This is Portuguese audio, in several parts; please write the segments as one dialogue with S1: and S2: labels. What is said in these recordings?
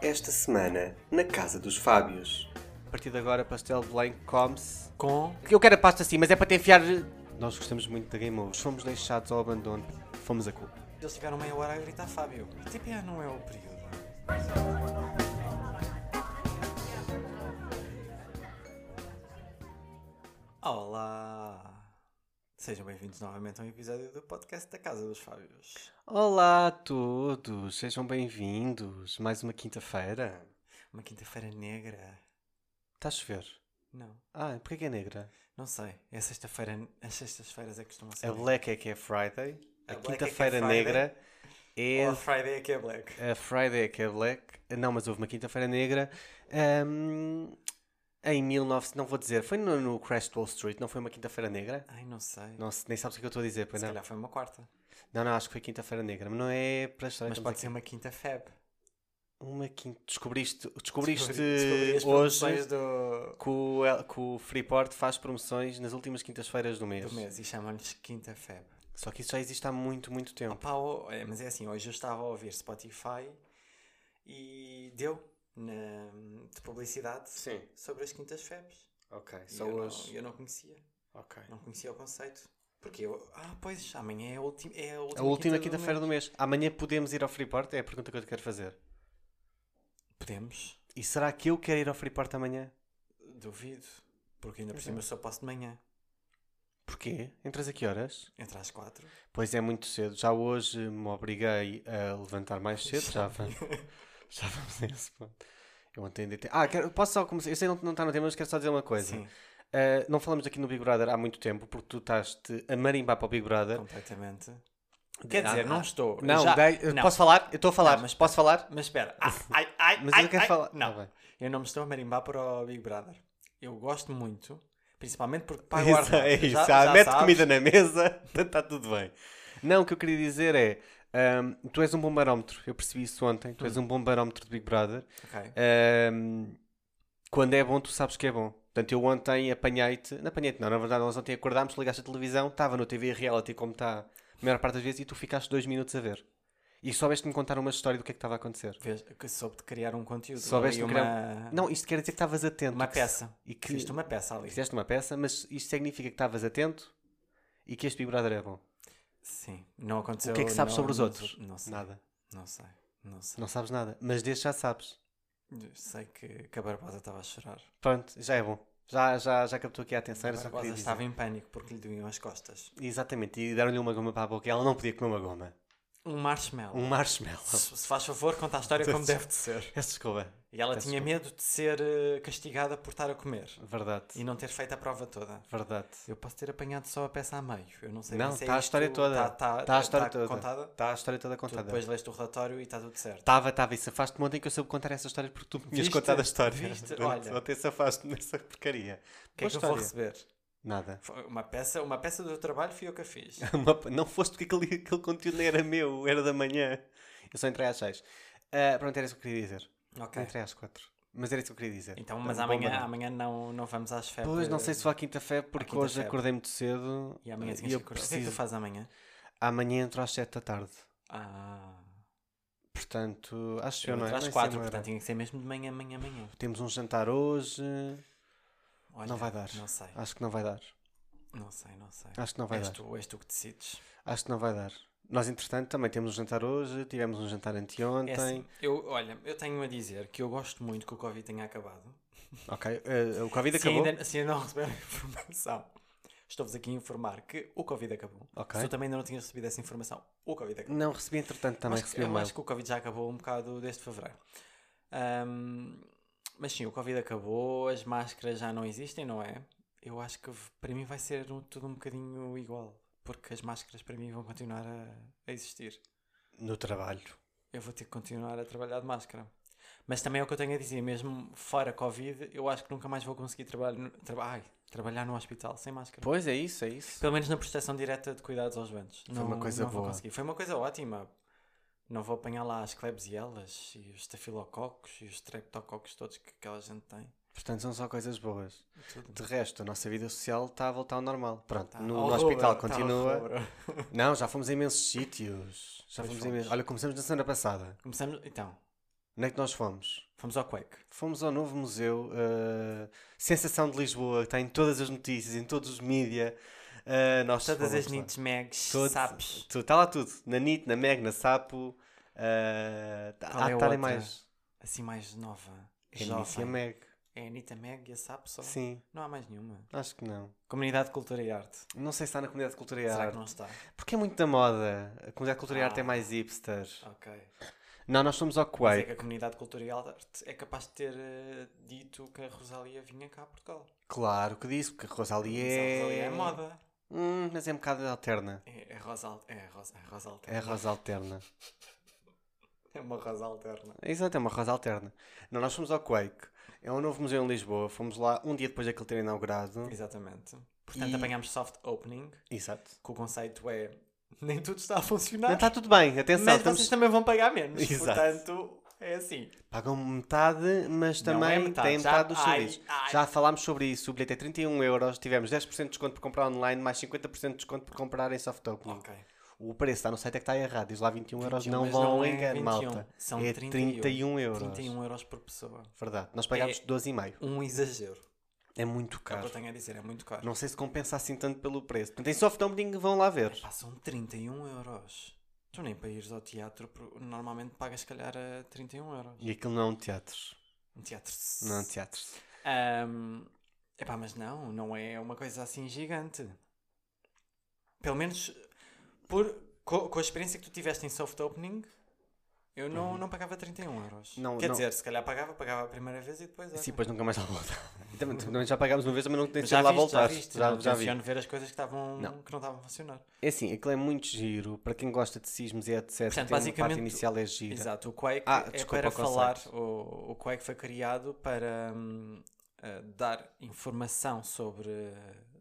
S1: esta semana na Casa dos Fábios. A partir de agora, pastel de Belém come-se.
S2: Com.
S1: Eu quero a pasta assim, mas é para te enfiar. Nós gostamos muito da Game Over. Fomos deixados ao abandono. Fomos a culpa.
S2: Eles tiveram meia hora a gritar Fábio. E tipo, é, não é o período. Olá! Sejam bem-vindos novamente a um episódio do podcast da Casa dos Fábios.
S1: Olá a todos, sejam bem-vindos. Mais uma quinta-feira.
S2: Uma quinta-feira negra.
S1: Está a chover.
S2: Não,
S1: Ah, porquê que é negra?
S2: não sei. É sexta-feira. As sextas-feiras é que costumam ser.
S1: A Black é que é Friday. A,
S2: A Black é que é
S1: quinta-feira
S2: Friday.
S1: negra é
S2: Ou a Friday é que é black.
S1: a Friday é que é Black. Não, mas houve uma quinta-feira negra. ahm, em 19... Não vou dizer. Foi no, no Crash de Wall Street, não foi uma quinta-feira negra?
S2: Ai, não sei.
S1: Não, se- nem sabes o que eu estou a dizer, pois
S2: Se
S1: não?
S2: calhar foi uma quarta.
S1: Não, não, acho que foi quinta-feira negra, mas não é para estar
S2: Mas pode ser uma quinta feb.
S1: Uma quinta. Descobriste, descobriste
S2: Descobri- descobri
S1: hoje
S2: as promoções do,
S1: que o, El- que o Freeport faz promoções nas últimas quintas-feiras do mês.
S2: do mês e chamam-lhes quinta feb.
S1: Só que isso já existe há muito, muito tempo.
S2: Opa, o- é, mas é assim, hoje eu estava a ouvir Spotify e deu na, de publicidade
S1: Sim.
S2: sobre as quintas febs.
S1: Ok,
S2: E eu, não, eu não conhecia.
S1: Ok.
S2: Não conhecia o conceito. Porque eu. Ah, pois, amanhã é a última. É a última,
S1: A última
S2: quinta do
S1: quinta-feira
S2: mês.
S1: do mês. Amanhã podemos ir ao Freeport? É a pergunta que eu te quero fazer.
S2: Podemos?
S1: E será que eu quero ir ao Freeport amanhã?
S2: Duvido. Porque ainda por
S1: Pois
S2: cima
S1: é.
S2: eu só posso de manhã.
S1: Porquê? Entras a que horas?
S2: Entre às quatro.
S1: Pois é, muito cedo. Já hoje me obriguei a levantar mais cedo. Já, é. va- já vamos a esse ponto. Eu ontem deitei. Ah, quero- posso só começar? Eu sei que não está no tema, mas quero só dizer uma coisa.
S2: Sim,
S1: Ah, não falamos aqui no Big Brother há muito tempo, porque tu estás-te a marimbar para o Big Brother.
S2: completamente. Quer dizer,
S1: Ah,
S2: não
S1: ah,
S2: estou.
S1: Não,
S2: já-
S1: dei- eu
S2: não.
S1: posso falar? Eu estou a falar.
S2: Não, mas-
S1: posso falar?
S2: Mas espera. Ah, ai, ai,
S1: Mas
S2: ai,
S1: eu quero
S2: ai.
S1: falar.
S2: Não,
S1: Tá bem.
S2: eu não me estou a marimbar para o Big Brother. Eu gosto muito, principalmente porque pago
S1: Isso,
S2: ordenado.
S1: é isso.
S2: Já-
S1: Ah,
S2: já
S1: mete
S2: sabes.
S1: comida na mesa, está tudo bem. Não, o que eu queria dizer é: ahm, tu és um bom barómetro. Eu percebi isso ontem. Tu és
S2: Hum.
S1: um bom barómetro de Big Brother.
S2: Ok.
S1: Ahm, quando é bom, tu sabes que é bom. Portanto, eu ontem apanhei-te. Não apanhei-te, não. Na verdade, nós ontem acordámos, ligaste a televisão, estava no TV Reality, como está a maior parte das vezes, e tu ficaste dois minutos a ver. E soubeste-me contar uma história do que é que estava a acontecer.
S2: Vês que soube de criar um conteúdo.
S1: Soubeste
S2: e
S1: de
S2: uma,
S1: criar Não, isto quer dizer que estavas atento.
S2: uma
S1: que se-
S2: peça.
S1: E que
S2: Fizeste uma peça ali.
S1: fizeste uma peça, mas isto significa que estavas atento e que este Big Brother é bom.
S2: Sim, não aconteceu.
S1: O que é que sabes
S2: não-
S1: sobre os
S2: não-
S1: outros?
S2: Não sei.
S1: Nada.
S2: Não sei. Não sei.
S1: Não sabes nada. Mas desde já sabes.
S2: Sei que, que a Barbosa estava a chorar.
S1: Pronto, já é bom. Já, já, já captou aqui a atenção.
S2: A
S1: Era só o que
S2: Barbosa
S1: queria dizer.
S2: estava em pânico porque lhe doíam as costas.
S1: Exatamente. E deram-lhe uma goma para a boca. Ela não podia comer uma goma.
S2: Um marshmallow.
S1: Um marshmallow.
S2: Se, se faz favor, conta a história como deve de ser.
S1: Peço desculpa.
S2: E ela
S1: Peço
S2: tinha medo de ser eh, castigada por estar a comer
S1: Verdade.
S2: e não ter feito a prova toda.
S1: Verdade.
S2: Eu posso ter apanhado só a peça a meio. Eu não sei
S1: Não,
S2: bem se é
S1: tá a
S2: isto-
S1: história toda.
S2: Tá, tá,
S1: Tá a história
S2: tá
S1: toda. Tá
S2: contada.
S1: Está a história toda
S2: Tu
S1: contada.
S2: depois leste o relatório e está tudo certo.
S1: Estava, estava, e safaste-me ontem que eu soube contar essa história porque tu me tinhas
S2: Viste?
S1: contado a história.
S2: Viste? Olha.
S1: Ontem safaste-me nessa porcaria.
S2: O que é
S1: Boa
S2: que eu vou
S1: história.
S2: receber?
S1: Nada.
S2: Foi uma peça, uma peça do trabalho fui eu que a fiz.
S1: Uma pa- Não foste porque aquele, aquele conteúdo não era meu, era da manhã. Eu só entrei às seis. Ah, pronto, era isso que eu queria dizer.
S2: ok.
S1: Entrei às quatro. Mas era isso que eu queria dizer.
S2: Então, mas
S1: Bom,
S2: amanhã,
S1: bom.
S2: amanhã não, não vamos às febres.
S1: Pois, não sei se vou à quinta-feira porque hoje
S2: quinta-feira.
S1: acordei muito cedo.
S2: E amanhã tinhas
S1: eu
S2: que acordar. O que é que tu
S1: preciso...
S2: fazes amanhã?
S1: Amanhã entro às sete da tarde.
S2: Ah,
S1: Portanto, acho
S2: eu
S1: eu, não é?
S2: entro às
S1: Nem sei
S2: quatro,
S1: uma hora.
S2: portanto tinha que ser mesmo de manhã, manhã, manhã.
S1: Temos um jantar hoje.
S2: Olha,
S1: não vai dar.
S2: Não sei,
S1: Acho que não vai dar.
S2: não sei, não sei.
S1: Acho que não vai
S2: és,
S1: dar.
S2: tu, és tu que decides.
S1: Acho que não vai dar. Nós, entretanto, também temos um jantar hoje. Tivemos um jantar anteontem.
S2: É assim, eu, olha, eu tenho a dizer que eu gosto muito que o Covid tenha acabado.
S1: Ok. eh, o Covid
S2: Se
S1: acabou.
S2: ainda, se ainda não receberam a informação, estou-vos aqui a informar que o Covid acabou.
S1: Ok.
S2: Se eu também ainda não tinha recebido essa informação, o Covid acabou.
S1: Não, recebi entretanto também.
S2: Mas
S1: recebi um
S2: eu
S1: mail.
S2: acho que o Covid já acabou um bocado desde fevereiro. Ahm, mas sim, o Covid acabou, as máscaras já não existem, não é? Eu acho que v- para mim vai ser um- tudo um bocadinho igual, porque as máscaras para mim vão continuar a, a existir.
S1: No trabalho.
S2: Eu vou ter que continuar a trabalhar de máscara. Mas também é o que eu tenho a dizer, mesmo fora Covid, eu acho que nunca mais vou conseguir trabalhar no, traba- ai, trabalhar no hospital sem máscara.
S1: Pois é isso, é isso.
S2: Pelo menos na prestação direta de cuidados aos doentes.
S1: Foi uma coisa
S2: não vou
S1: boa.
S2: conseguir. Foi uma coisa ótima. Não vou apanhar lá as klebsiellas e os estafilococos e os streptococos todos que aquela gente tem.
S1: Portanto, são só coisas boas.
S2: Tudo.
S1: De resto, a nossa vida social está a voltar ao normal. Pronto,
S2: Tá
S1: no,
S2: ao
S1: no hospital
S2: rubro, tá ao
S1: continua.
S2: rubro.
S1: não, já fomos a imensos sítios. Já
S2: Pois
S1: fomos a
S2: fomos.
S1: imensos. Olha, começamos na semana passada.
S2: Começamos, então,
S1: Onde é que nós fomos?
S2: Fomos ao Quake.
S1: Fomos ao novo museu, eh, Sensação de Lisboa, que está em todas as notícias, em todos os mídia. Eh, nós
S2: Todas as
S1: fomos lá.
S2: nits mags,
S1: Todos-
S2: sapos.
S1: Tudo, está lá tudo. Na NIT, na MEG, na SAPO. eh, tá- há
S2: Qual é
S1: de
S2: a
S1: estarem
S2: outra?
S1: mais.
S2: Assim mais nova.
S1: É NIT e a
S2: jovem.
S1: MEG.
S2: É a Anitta Meg e a Sapo só.
S1: Sim,
S2: Não há mais nenhuma.
S1: acho que não.
S2: Comunidade de Cultura e Arte.
S1: Não sei se está na comunidade de cultura e
S2: Será
S1: arte.
S2: que não está?
S1: Porque é muito da moda. A comunidade de cultura e arte é
S2: Ah.
S1: mais hipster.
S2: Ok.
S1: Não, nós fomos ao
S2: Mas é
S1: Kuwait.
S2: que a comunidade de cultura e arte é capaz de ter eh, dito que a Rosalia vinha cá a Portugal.
S1: Claro que disse, porque a Rosalie
S2: Mas
S1: é.
S2: A Rosalia é moda.
S1: Hum, mas é um bocado alterna.
S2: É, é, Rosal... é, Rosa... é Rosalter.
S1: É a rosa alterna.
S2: É uma rosa alterna.
S1: Exato, é uma rosa alterna. Não, nós fomos ao Quake. É um novo museu em Lisboa. Fomos lá um dia depois daquele ter inaugurado.
S2: Exatamente. Portanto,
S1: E-
S2: apanhámos soft opening,
S1: Exato.
S2: que o conceito é nem tudo está a funcionar,
S1: Não está tudo bem, atenção.
S2: mas
S1: estamos-
S2: vocês também vão pagar menos.
S1: Exato.
S2: Portanto, é assim.
S1: Pagam metade, mas
S2: Não
S1: também
S2: é metade,
S1: têm
S2: já-
S1: metade dos
S2: ai,
S1: serviços.
S2: ai.
S1: Já falámos sobre isso. O bilhete é 31 euros. Tivemos 10% de desconto por comprar online, mais 50% de desconto por comprar em soft opening.
S2: Ok.
S1: O preço está no site é que está errado. Diz lá 21 euros.
S2: 21,
S1: Não
S2: mas
S1: vão
S2: não é
S1: enganar,
S2: 21,
S1: malta.
S2: são
S1: é
S2: 31,
S1: 31 euros.
S2: 31 euros por pessoa.
S1: Verdade. Nós pagámos 12,5.
S2: Um exagero.
S1: É muito
S2: É o que
S1: caro.
S2: eu tenho a dizer, é muito caro.
S1: Não sei se compensa assim tanto pelo preço. Portanto, em soft opening vão lá ver.
S2: Pá, são 31 euros. Tu nem para ires ao teatro, pro- normalmente pagas se calhar a 31 euros.
S1: E aquilo não é um teatro.
S2: Um teatro.
S1: Não é um teatro.
S2: Ahm, epá, mas não, não é uma coisa assim gigante. Pelo menos por, co- com a experiência que tu tiveste em soft opening, eu não, não pagava 31 euros.
S1: Uhum. Não,
S2: Quer
S1: não.
S2: dizer, se calhar pagava, pagava a primeira vez e depois. é. olha.
S1: Sim, pois nunca mais lá voltar. Também, também já pagámos uma vez, mas não tem
S2: Mas
S1: de lá
S2: viste,
S1: voltar.
S2: Já, viste,
S1: Já-
S2: não
S1: já vi.
S2: tenciono ver as coisas que, estavam,
S1: Não.
S2: que não estavam a funcionar.
S1: É assim, aquilo é muito giro. Para quem gosta de sismos e etc.
S2: Portanto,
S1: tem uma
S2: basicamente,
S1: parte inicial é gira.
S2: Exato, o Quake
S1: Ah,
S2: é
S1: desculpa,
S2: para
S1: o
S2: falar,
S1: conceito.
S2: o, o Quake foi criado para hum, eh, dar informação sobre,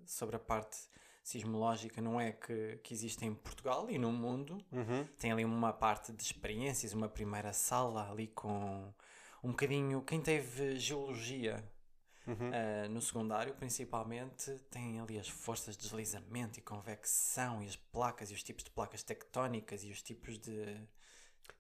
S2: sobre a parte sismológica, não é? Que, que existe em Portugal e no mundo.
S1: Uhum.
S2: Tem ali uma parte de experiências, uma primeira sala ali com um bocadinho. Quem teve geologia
S1: Uhum.
S2: ah, no secundário, principalmente, tem ali as forças de deslizamento e convecção e as placas e os tipos de placas tectónicas e os tipos de.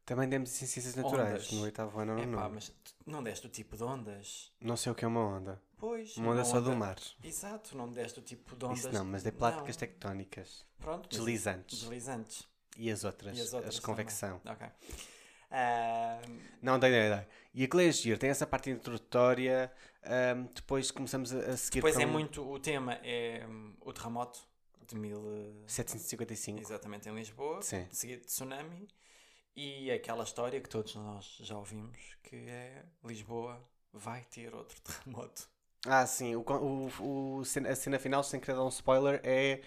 S1: Também demos isso em ciências naturais
S2: Ondas.
S1: no oitavo ano ou no
S2: Epá,
S1: nono.
S2: É mas tu não deste o tipo de ondas.
S1: Não sei o que é uma onda.
S2: Pois.
S1: Uma onda só do mar.
S2: Exato, não deste o tipo de ondas.
S1: Isso não, mas é placas
S2: Não,
S1: tectónicas.
S2: Pronto, mas-
S1: Deslizantes.
S2: deslizantes.
S1: E as outras.
S2: E as outras.
S1: as convecção.
S2: também. Ok. Ah,
S1: Não, tem ideia. E aquilo é giro. Tem essa parte introdutória. ahm, depois começamos a, a seguir
S2: depois
S1: para
S2: é
S1: um
S2: muito. O tema é hum, o terremoto de mil. eh,
S1: 755.
S2: Exatamente, em Lisboa.
S1: Sim.
S2: Seguido de tsunami. E aquela história que todos nós já ouvimos, que é Lisboa vai ter outro terremoto.
S1: Ah, sim. O, con- o, o cen- a cena final, sem querer dar um spoiler, é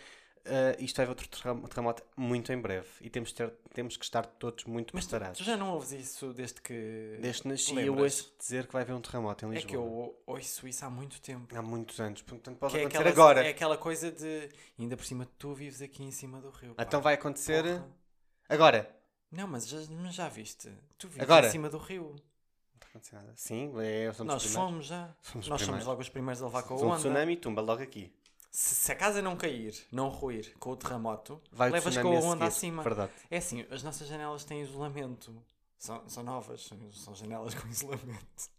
S1: ah, isto vai haver outro terram- terremoto muito em breve. E temos, de ter- temos que estar todos muito
S2: Mas tu,
S1: preparados.
S2: tu já não ouves isso desde que.
S1: Desde que nasci, eu
S2: lembras?
S1: hoje dizer que vai haver um terremoto em
S2: É
S1: Lisboa.
S2: que eu ou- ouço isso há muito tempo.
S1: Há muitos anos. Portanto, pode
S2: Que é,
S1: acontecer
S2: aquela,
S1: agora.
S2: é aquela coisa de. Ainda por cima, tu vives aqui em cima do rio. pá.
S1: Então vai acontecer
S2: Porra.
S1: agora.
S2: Não, mas já, mas já viste. Tu vives
S1: Agora.
S2: em cima do rio.
S1: Não acontece nada. Sim, é, somos
S2: Nós
S1: os primeiros.
S2: fomos já.
S1: Somos os
S2: Nós
S1: primeiros.
S2: somos logo os primeiros a levar com a
S1: Se um
S2: onda.
S1: tsunami tumba logo aqui.
S2: Se, se a casa não cair, não ruir com o terremoto,
S1: Vai o
S2: levas com
S1: tsunami
S2: a
S1: a
S2: onda
S1: seguir.
S2: acima.
S1: Verdade.
S2: É assim, as nossas janelas têm isolamento. São, são novas, são, são janelas com isolamento.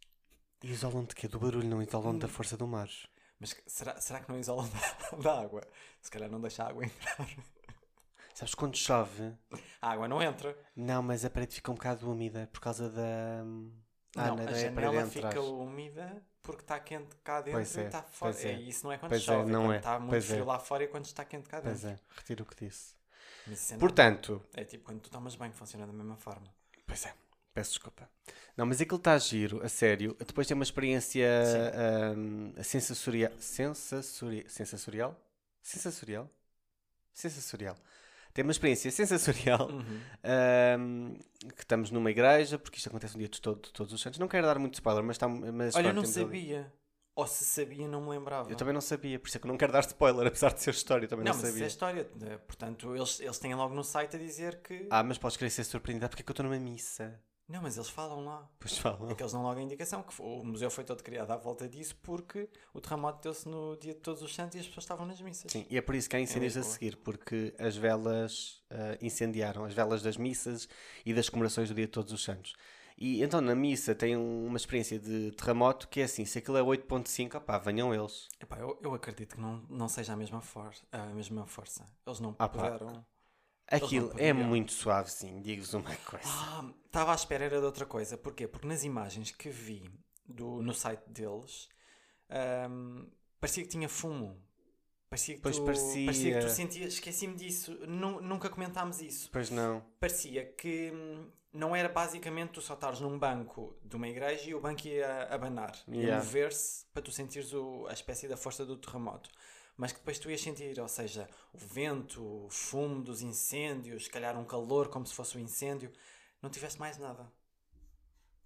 S1: E isolam-te que é do barulho, não isolam
S2: Hum.
S1: da força do mar.
S2: Mas que- será, será que não isolam da, da água? Se calhar não deixa a água entrar.
S1: Sabes quando chove?
S2: A água não entra.
S1: Não, mas a parede fica um bocado úmida por causa da. Ah,
S2: não,
S1: não, é
S2: a
S1: a parede
S2: janela
S1: entre
S2: fica
S1: aspas.
S2: úmida porque está quente cá dentro
S1: Pois
S2: e
S1: é,
S2: está fora.
S1: pois
S2: É,
S1: é.
S2: isso não é quando
S1: Pois é,
S2: chove,
S1: não
S2: quando
S1: é,
S2: está muito
S1: pois
S2: frio
S1: é.
S2: lá fora e quando está quente cá
S1: Pois
S2: dentro.
S1: é, retiro o que disse.
S2: Mas isso é normal.
S1: Portanto,
S2: É tipo quando tu tomas banho funciona da mesma forma.
S1: Pois é, peço desculpa. Não, mas aquilo está giro, a sério. Depois tem uma experiência ahm, sensacional. Sensacional? Sensacional? Sensacional? Sensacional. Tem uma experiência sensacional
S2: Uhum.
S1: ahm, que estamos numa igreja, porque isto acontece um dia de todo, todos os santos. Não quero dar muito spoiler, mas está. Mas, pronto,
S2: Olha, eu não
S1: temos ali-
S2: sabia. Ou se sabia, não me lembrava.
S1: Eu também não sabia, por isso é que eu não quero dar spoiler, apesar de ser história, eu também
S2: não,
S1: não,
S2: mas isso
S1: sabia.
S2: é história. né? Portanto, eles, eles têm logo no site a dizer que.
S1: Ah, mas podes querer ser surpreendida porque é que eu estou numa missa.
S2: Não, mas eles falam lá.
S1: Pois falam.
S2: É que eles dão logo a indicação que o museu foi todo criado à volta disso porque o terremoto deu-se no dia de todos os santos e as pessoas estavam nas missas.
S1: Sim, e é por isso que há incêndios a
S2: Lisboa.
S1: seguir, porque as velas ah, incendiaram, as velas das missas e das comemorações do dia de todos os santos. E então na missa tem um- uma experiência de terremoto que é assim: se aquilo é 8,5, opá, venham eles.
S2: Epá, eu, eu acredito que não, não seja a mesma, for a mesma força. Eles não
S1: Ah, pá.
S2: puderam.
S1: Aquilo é
S2: podiam.
S1: muito suavezinho, digo-vos uma coisa.
S2: Ah, estava à espera era de outra coisa. Porquê? Porque nas imagens que vi do, no site deles, ahm, parecia que tinha fumo. Parecia que,
S1: Pois
S2: tu,
S1: parecia.
S2: que tu sentias. Esqueci-me disso. Nu- nunca comentámos isso.
S1: Pois não.
S2: Parecia que hum, não era basicamente tu só estares num banco de uma igreja e o banco ia abanar, ia
S1: Yeah.
S2: mover-se para tu sentires o- a espécie da força do terremoto. Mas que depois tu ias sentir, ou seja, o vento, o fumo dos incêndios, se calhar um calor como se fosse um incêndio. Não tiveste mais nada.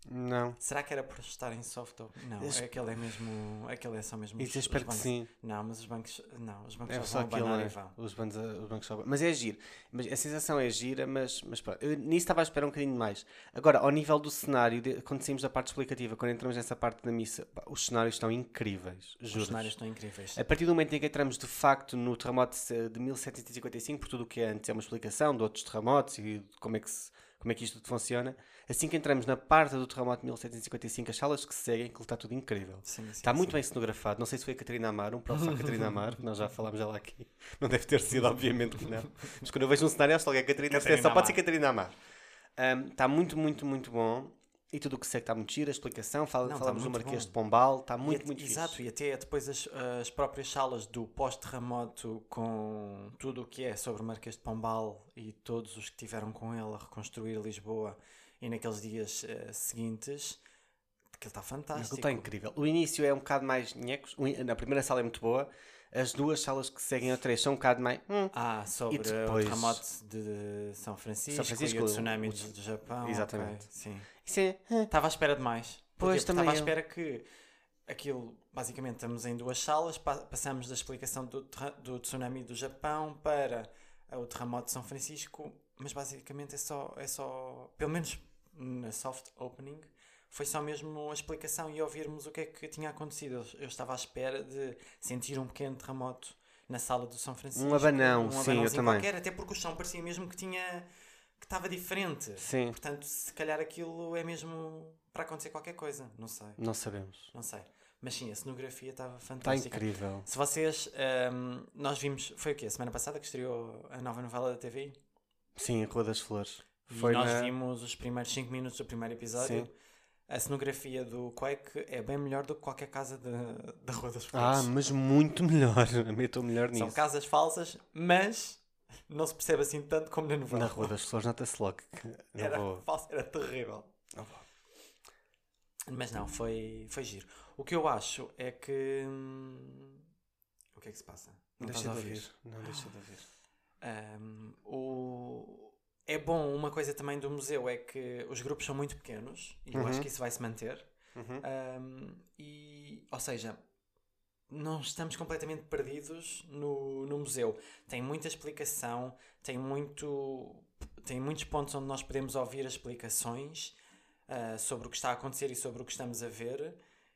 S1: Não.
S2: Será que era por estarem soft? ou- Não,
S1: Eu esp-
S2: aquele é mesmo. Aquele é só mesmo. os-
S1: Isso eu
S2: os
S1: espero que
S2: bancos.
S1: sim.
S2: Não, mas os bancos. Não, os bancos
S1: É
S2: só
S1: só
S2: vão
S1: aquilo,
S2: abanar
S1: não é?
S2: e vão.
S1: os, bancos, os bancos só- Mas é giro. Mas a sensação é gira, mas, mas pronto. Eu nisso estava a esperar um bocadinho mais. Agora, ao nível do cenário, de- quando saímos da parte explicativa, quando entramos nessa parte da missa, pá, os cenários estão incríveis.
S2: Os
S1: juro
S2: cenários estão incríveis.
S1: A partir do momento em que entramos de facto no terremoto de de 1755, por tudo o que é antes é uma explicação de outros terremotos e de como é que, se- como é que isto tudo funciona, assim que entramos na parte do terremoto de 1755, as salas que se seguem, aquilo está tudo incrível.
S2: Sim, sim,
S1: Está
S2: sim.
S1: Tá muito bem cenografado. Não sei se foi a Catarina Amaro, um prof. à Catarina Amaro, que nós já falámos dela aqui. Não deve ter sido, obviamente que não. Mas quando eu vejo um cenário, eu acho logo que é Catarina,
S2: Catarina
S1: só pode ser
S2: Amaro.
S1: Catarina Amaro. Ahm, está muito, muito, muito bom. E tudo o que segue está muito giro, a explicação. Fala,
S2: Não, está
S1: falamos do
S2: muito
S1: Marquês
S2: bom.
S1: de Pombal, está
S2: E
S1: muito,
S2: at-
S1: muito fixe.
S2: Exato, e até é depois as, as próprias salas do pós-terremoto com tudo o que é sobre o Marquês de Pombal e todos os que tiveram com ele a reconstruir Lisboa e naqueles dias eh, seguintes, aquilo está fantástico.
S1: Aquilo está incrível. O início é um bocado mais nhecos. O in- A primeira sala é muito boa. As duas salas que seguem ao três são um bocado mais. hum.
S2: Ah, sobre
S1: E
S2: o
S1: depois-
S2: terremoto de São Francisco,
S1: Francisco,
S2: e o
S1: o-
S2: tsunami
S1: o-
S2: do do Japão.
S1: Exatamente.
S2: ok, sim.
S1: Isso é. hum.
S2: Estava à espera de mais.
S1: Pois,
S2: Porquê? Porque
S1: também
S2: Estava à
S1: eu.
S2: espera que aquilo, basicamente, estamos em duas salas, pa- passamos da explicação do, terra- do tsunami do Japão para ah, o terremoto de São Francisco, mas basicamente é só, é só pelo menos na soft opening, foi só mesmo a explicação e ouvirmos o que é que tinha acontecido. Eu, eu estava à espera de sentir um pequeno terremoto na sala do São Francisco.
S1: Um
S2: Um
S1: abanão, sim, eu
S2: abanãozinho
S1: também.
S2: Qualquer, até porque o chão parecia mesmo que tinha... que estava diferente.
S1: Sim,
S2: Portanto, se calhar aquilo é mesmo para acontecer qualquer coisa. Não sei,
S1: não sabemos.
S2: não sei. Mas sim, a cenografia estava
S1: Está
S2: fantástica.
S1: Tá incrível.
S2: Se vocês. ahm, nós vimos. Foi o quê? A semana passada que estreou a nova novela da TV?
S1: Sim, a Rua das Flores.
S2: Foi
S1: Foi
S2: nós
S1: na-
S2: vimos os primeiros 5 minutos do primeiro episódio.
S1: Sim.
S2: A cenografia do Quake é bem melhor do que qualquer casa de- da Rua das Flores.
S1: Ah, mas muito melhor. Eu estou melhor
S2: São
S1: nisso.
S2: casas falsas, mas não se percebe assim tanto como na novela.
S1: Na Rua das Flores nota-se logo que não
S2: era
S1: vou.
S2: falso, era terrível.
S1: não vou.
S2: Mas não, foi, foi giro. O que eu acho é que. hum, O que é que se passa? Não
S1: Deixa de
S2: estás a
S1: ouvir. Não, deixa de ouvir.
S2: Hum, o... É bom, uma coisa também do museu é que os grupos são muito pequenos e eu
S1: Uhum.
S2: acho que isso vai se manter.
S1: Uhum.
S2: Hum, e, ou seja, não estamos completamente perdidos no, no museu. Tem muita explicação, tem, muito, tem muitos pontos onde nós podemos ouvir as explicações ah, sobre o que está a acontecer e sobre o que estamos a ver.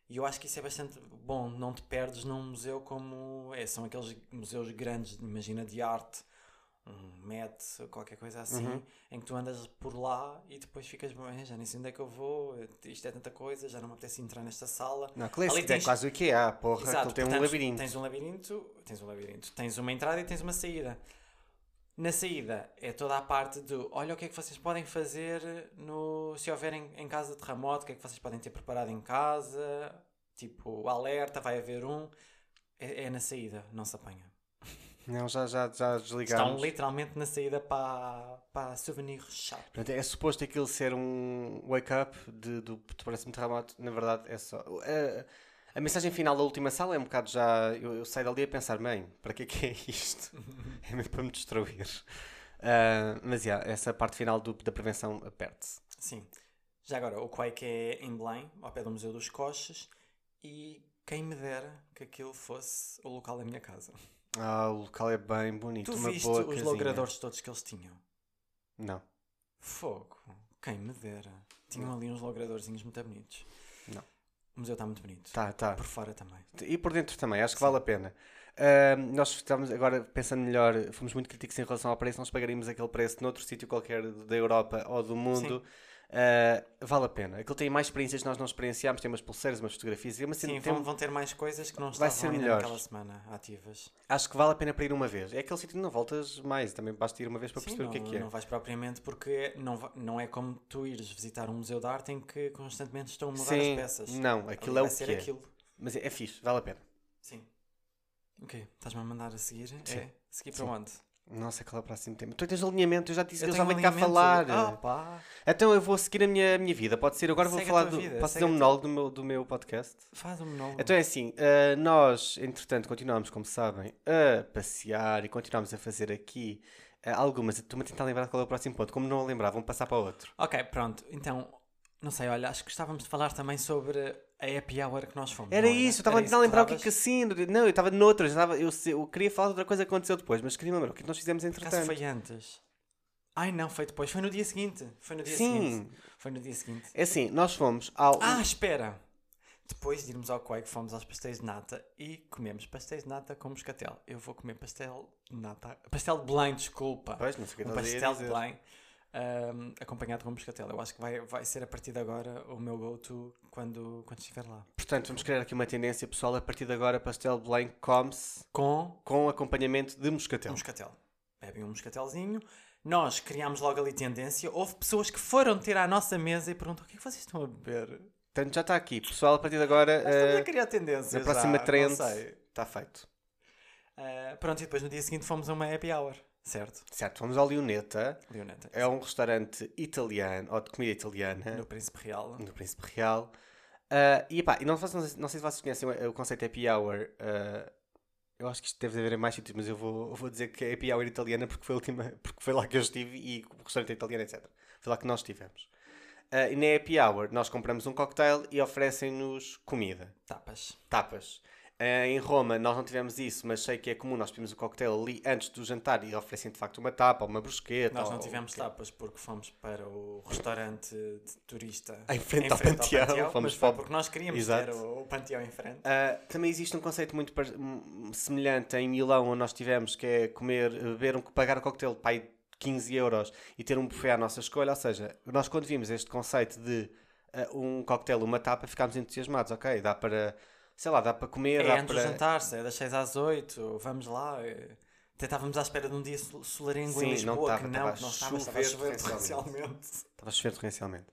S2: E eu acho que isso é bastante bom. Não te perdes num museu como é, são aqueles museus grandes, imagina, de arte, um Met, qualquer coisa assim,
S1: Uhum.
S2: em que tu andas por lá e depois ficas, bem, já nem sei onde é que eu vou, isto é tanta coisa, já não me apetece entrar nesta sala.
S1: Não, aquilo é assim,
S2: tens-
S1: é quase o IKEA, porra. aquilo tem um
S2: portanto,
S1: labirinto.
S2: Tens um labirinto, tens um labirinto, tens uma entrada e tens uma saída. Na saída é toda a parte de olha o que é que vocês podem fazer no, se houverem em casa de terremoto, o que é que vocês podem ter preparado em casa, tipo alerta, vai haver um. É, é na saída, não se apanha.
S1: Não, já, já, já
S2: Estão
S1: desligámos.
S2: literalmente na saída para, para souvenir shop.
S1: Portanto, é suposto aquilo ser um wake-up de- do, do próximo terremoto. Na verdade, é só. A, a mensagem final da última sala é um bocado já. Eu, eu saio dali a pensar, bem, para que é que é isto? É mesmo para me destruir. Ah, mas, yeah, essa parte final do- da prevenção aperte-se.
S2: Sim. Já agora, o Quake é em Belém, ao pé do Museu dos Coches, e quem me dera que aquilo fosse o local da minha casa.
S1: Ah, o local é bem bonito.
S2: tu
S1: uma
S2: viste
S1: boa
S2: os
S1: casinha.
S2: logradores todos que eles tinham?
S1: Não.
S2: Fogo. Quem me dera. Tinham ali uns logradorzinhos muito bonitos.
S1: Não.
S2: O museu está muito bonito.
S1: Tá, tá.
S2: Por fora também.
S1: E por dentro também, acho que vale a pena. Ahm, nós estamos agora pensando melhor, fomos muito críticos em relação ao preço, nós pagaríamos aquele preço noutro sítio qualquer da Europa ou do mundo. Uh, vale a pena. Aquilo tem mais experiências que nós não experienciámos, tem umas pulseiras, umas fotografias, e uma cena-
S2: Sim,
S1: tem
S2: vão,
S1: um-
S2: vão ter mais coisas que não
S1: Vai
S2: estavam
S1: ser
S2: ainda
S1: melhor.
S2: naquela semana ativas.
S1: acho que vale a pena para ir uma vez. É aquele sítio que não voltas mais, também basta ir uma vez para
S2: Sim,
S1: perceber
S2: não,
S1: o que é que é.
S2: não vais propriamente porque não, va- não é como tu ires visitar um museu de arte em que constantemente estão a mudar
S1: Sim,
S2: as peças.
S1: não,
S2: Ali
S1: aquilo é
S2: vai
S1: o
S2: ser
S1: que é.
S2: aquilo.
S1: Mas é, é fixe, vale a pena.
S2: Sim. Ok, estás-me a mandar a seguir?
S1: Sim.
S2: É, seguir para onde?
S1: Nossa, qual é o próximo tema? Tu tens alinhamento, eu já te disse que eu já
S2: tenho
S1: venho cá
S2: alinhamento.
S1: falar.
S2: Ah, pá.
S1: Então eu vou seguir a minha, a minha vida, pode ser? Agora vou
S2: Segue a
S1: falar
S2: tua
S1: do.
S2: vida,
S1: posso
S2: segue
S1: fazer um
S2: a tua-
S1: monólogo do meu, do meu podcast?
S2: Faz um monólogo.
S1: Então é assim, ah, nós, entretanto, continuamos, como sabem, a passear e continuamos a fazer aqui ah, algumas. Estou-me a tentar lembrar qual é o próximo ponto. Como não a lembrar, vamos passar para outro.
S2: Ok, pronto. Então, não sei, olha, acho que estávamos de falar também sobre a happy hour que nós fomos.
S1: Era
S2: não
S1: isso, eu estava a
S2: Era
S1: tentar lembrar o que é
S2: estavas?
S1: que assim. Não, eu estava noutras, estava- eu, se- eu queria falar de outra coisa que aconteceu depois, mas queria lembrar o que é que nós fizemos
S2: Por acaso
S1: entretanto.
S2: foi antes. Ai não, foi depois. Foi no dia seguinte. Foi no dia
S1: Sim.
S2: seguinte. Foi no dia seguinte.
S1: É assim, nós fomos ao.
S2: Ah, espera! Depois de irmos ao Coico, fomos aos pastéis de nata e comemos pastéis de nata com moscatel. Eu vou comer pastel de nata. Pastel de Belém, desculpa.
S1: Pois, não sei o que
S2: um
S1: estás a
S2: pastel de
S1: dizer.
S2: Belém ahm, acompanhado com moscatel. Eu acho que vai, vai ser a partir de agora o meu go-to quando, quando estiver lá.
S1: Portanto, vamos criar aqui uma tendência, pessoal. A partir de agora, pastel de Belém come-se
S2: Com
S1: com acompanhamento de moscatel.
S2: É um moscatel. Bebem um moscatelzinho. Nós criámos logo ali tendência. Houve pessoas que foram ter à nossa mesa e perguntam o que é que vocês estão a beber?
S1: Portanto, já está aqui. Pessoal, a partir de agora,
S2: Nós Estamos
S1: eh,
S2: a criar tendência
S1: na próxima
S2: já,
S1: trend,
S2: Não sei.
S1: está feito.
S2: Ah, pronto, e depois no dia seguinte fomos a uma happy hour, certo?
S1: Certo, vamos ao Leoneta.
S2: Leoneta.
S1: É um restaurante italiano, ou de comida italiana,
S2: No Príncipe Real.
S1: Eh, no, Príncipe Real. Ah, e pá, e não, faço- não sei, não sei se vocês conhecem o, o conceito Happy Hour. ah, eu acho que isto deve haver em mais sítios, mas eu vou, eu vou dizer que é Happy Hour italiana porque foi, a última, porque foi lá que eu estive e o restaurante é italiano, etc. Foi lá que nós estivemos. Ah, e na Happy Hour nós compramos um cocktail e oferecem-nos comida.
S2: Tapas.
S1: tapas. Eh, em Roma nós não tivemos isso, mas sei que é comum nós pedimos o cocktail ali antes do jantar e oferecem de facto uma tapa, ou uma brusqueta.
S2: Nós
S1: ou-
S2: não tivemos tapas porque fomos para o restaurante de turista
S1: Em frente ao panteão, fomos
S2: mas
S1: para
S2: foi
S1: o-
S2: porque nós queríamos
S1: Exato.
S2: ter o, o panteão em frente.
S1: Ah, também existe um conceito muito par- hum, semelhante em Milão, onde nós tivemos, que é comer, beber, um, pagar o cocktail pai 15 euros e ter um buffet à nossa escolha. Ou seja, nós quando vimos este conceito de ah, um cocktail, uma tapa, ficámos entusiasmados. Ok, dá para, sei lá, dá para comer,
S2: é
S1: dá
S2: antes do
S1: para.
S2: jantar, é das 6 às 8, vamos lá. eh, Até estávamos à espera de um dia sol- solarengo
S1: Sim,
S2: em
S1: não
S2: Lisboa,
S1: estava,
S2: que não,
S1: estava a
S2: que não estava, estava a
S1: chover
S2: chover
S1: torrencialmente.
S2: torrencialmente.
S1: Estava a chover torrencialmente.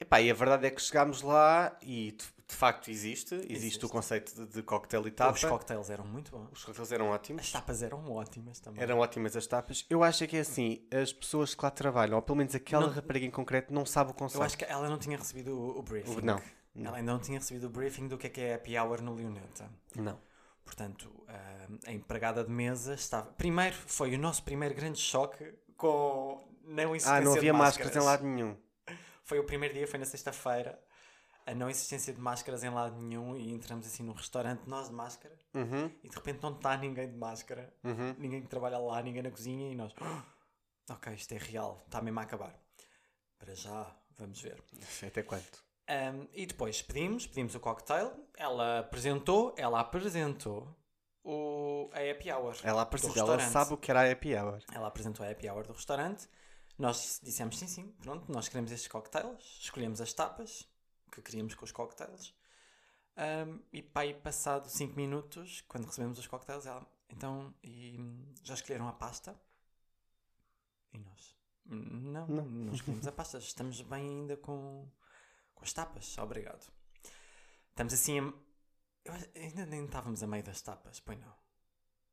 S1: Epá, e a verdade é que chegámos lá e de, de facto existe, existe,
S2: Existe.
S1: o conceito de, de cocktail e
S2: Os
S1: tapa.
S2: cocktails eram muito bons.
S1: Os cocktails eram
S2: As
S1: ótimos.
S2: tapas eram ótimas também.
S1: Eram ótimas as tapas. Eu acho é que é assim, as pessoas que lá trabalham, ou pelo menos aquela
S2: Não-
S1: rapariga em concreto, não sabe o
S2: Eu
S1: conceito.
S2: acho que ela não tinha recebido o, o briefing.
S1: O- não, não.
S2: Ela ainda não tinha recebido o briefing do que é que é happy hour no Leoneta.
S1: Não.
S2: Portanto, ah, a empregada de mesa estava. Primeiro, foi o nosso primeiro grande choque com. Não existência
S1: Ah, não
S2: de
S1: havia máscaras
S2: máscaras.
S1: em lado nenhum.
S2: Foi o primeiro dia, foi na sexta-feira. A não existência de máscaras em lado nenhum e entramos assim num restaurante, nós de máscara,
S1: Uhum,
S2: e de repente não está ninguém de máscara,
S1: uhum.
S2: ninguém que trabalha lá, ninguém na cozinha, e nós. "Oh, ok, isto é real, está mesmo a acabar. Para já, vamos ver.
S1: Até quanto?
S2: Um, e depois pedimos, pedimos o cocktail, ela apresentou, ela apresentou o, a happy hour.
S1: Ela
S2: do
S1: apareceu, ela
S2: restaurante.
S1: sabe o que era a happy hour.
S2: Ela apresentou a happy hour do restaurante. Nós dissemos sim, sim, pronto, nós queremos estes cocktails, escolhemos as tapas que queríamos com os cocktails. Um, e pai, passado 5 minutos, quando recebemos os cocktails, ela, então, e, hum, já escolheram a pasta? E nós? "Hum, Não,
S1: Não.
S2: não, não escolhemos a pasta, estamos bem ainda com, com as tapas, obrigado. Estamos assim, a- eu acho- ainda nem estávamos a meio das tapas, pois não.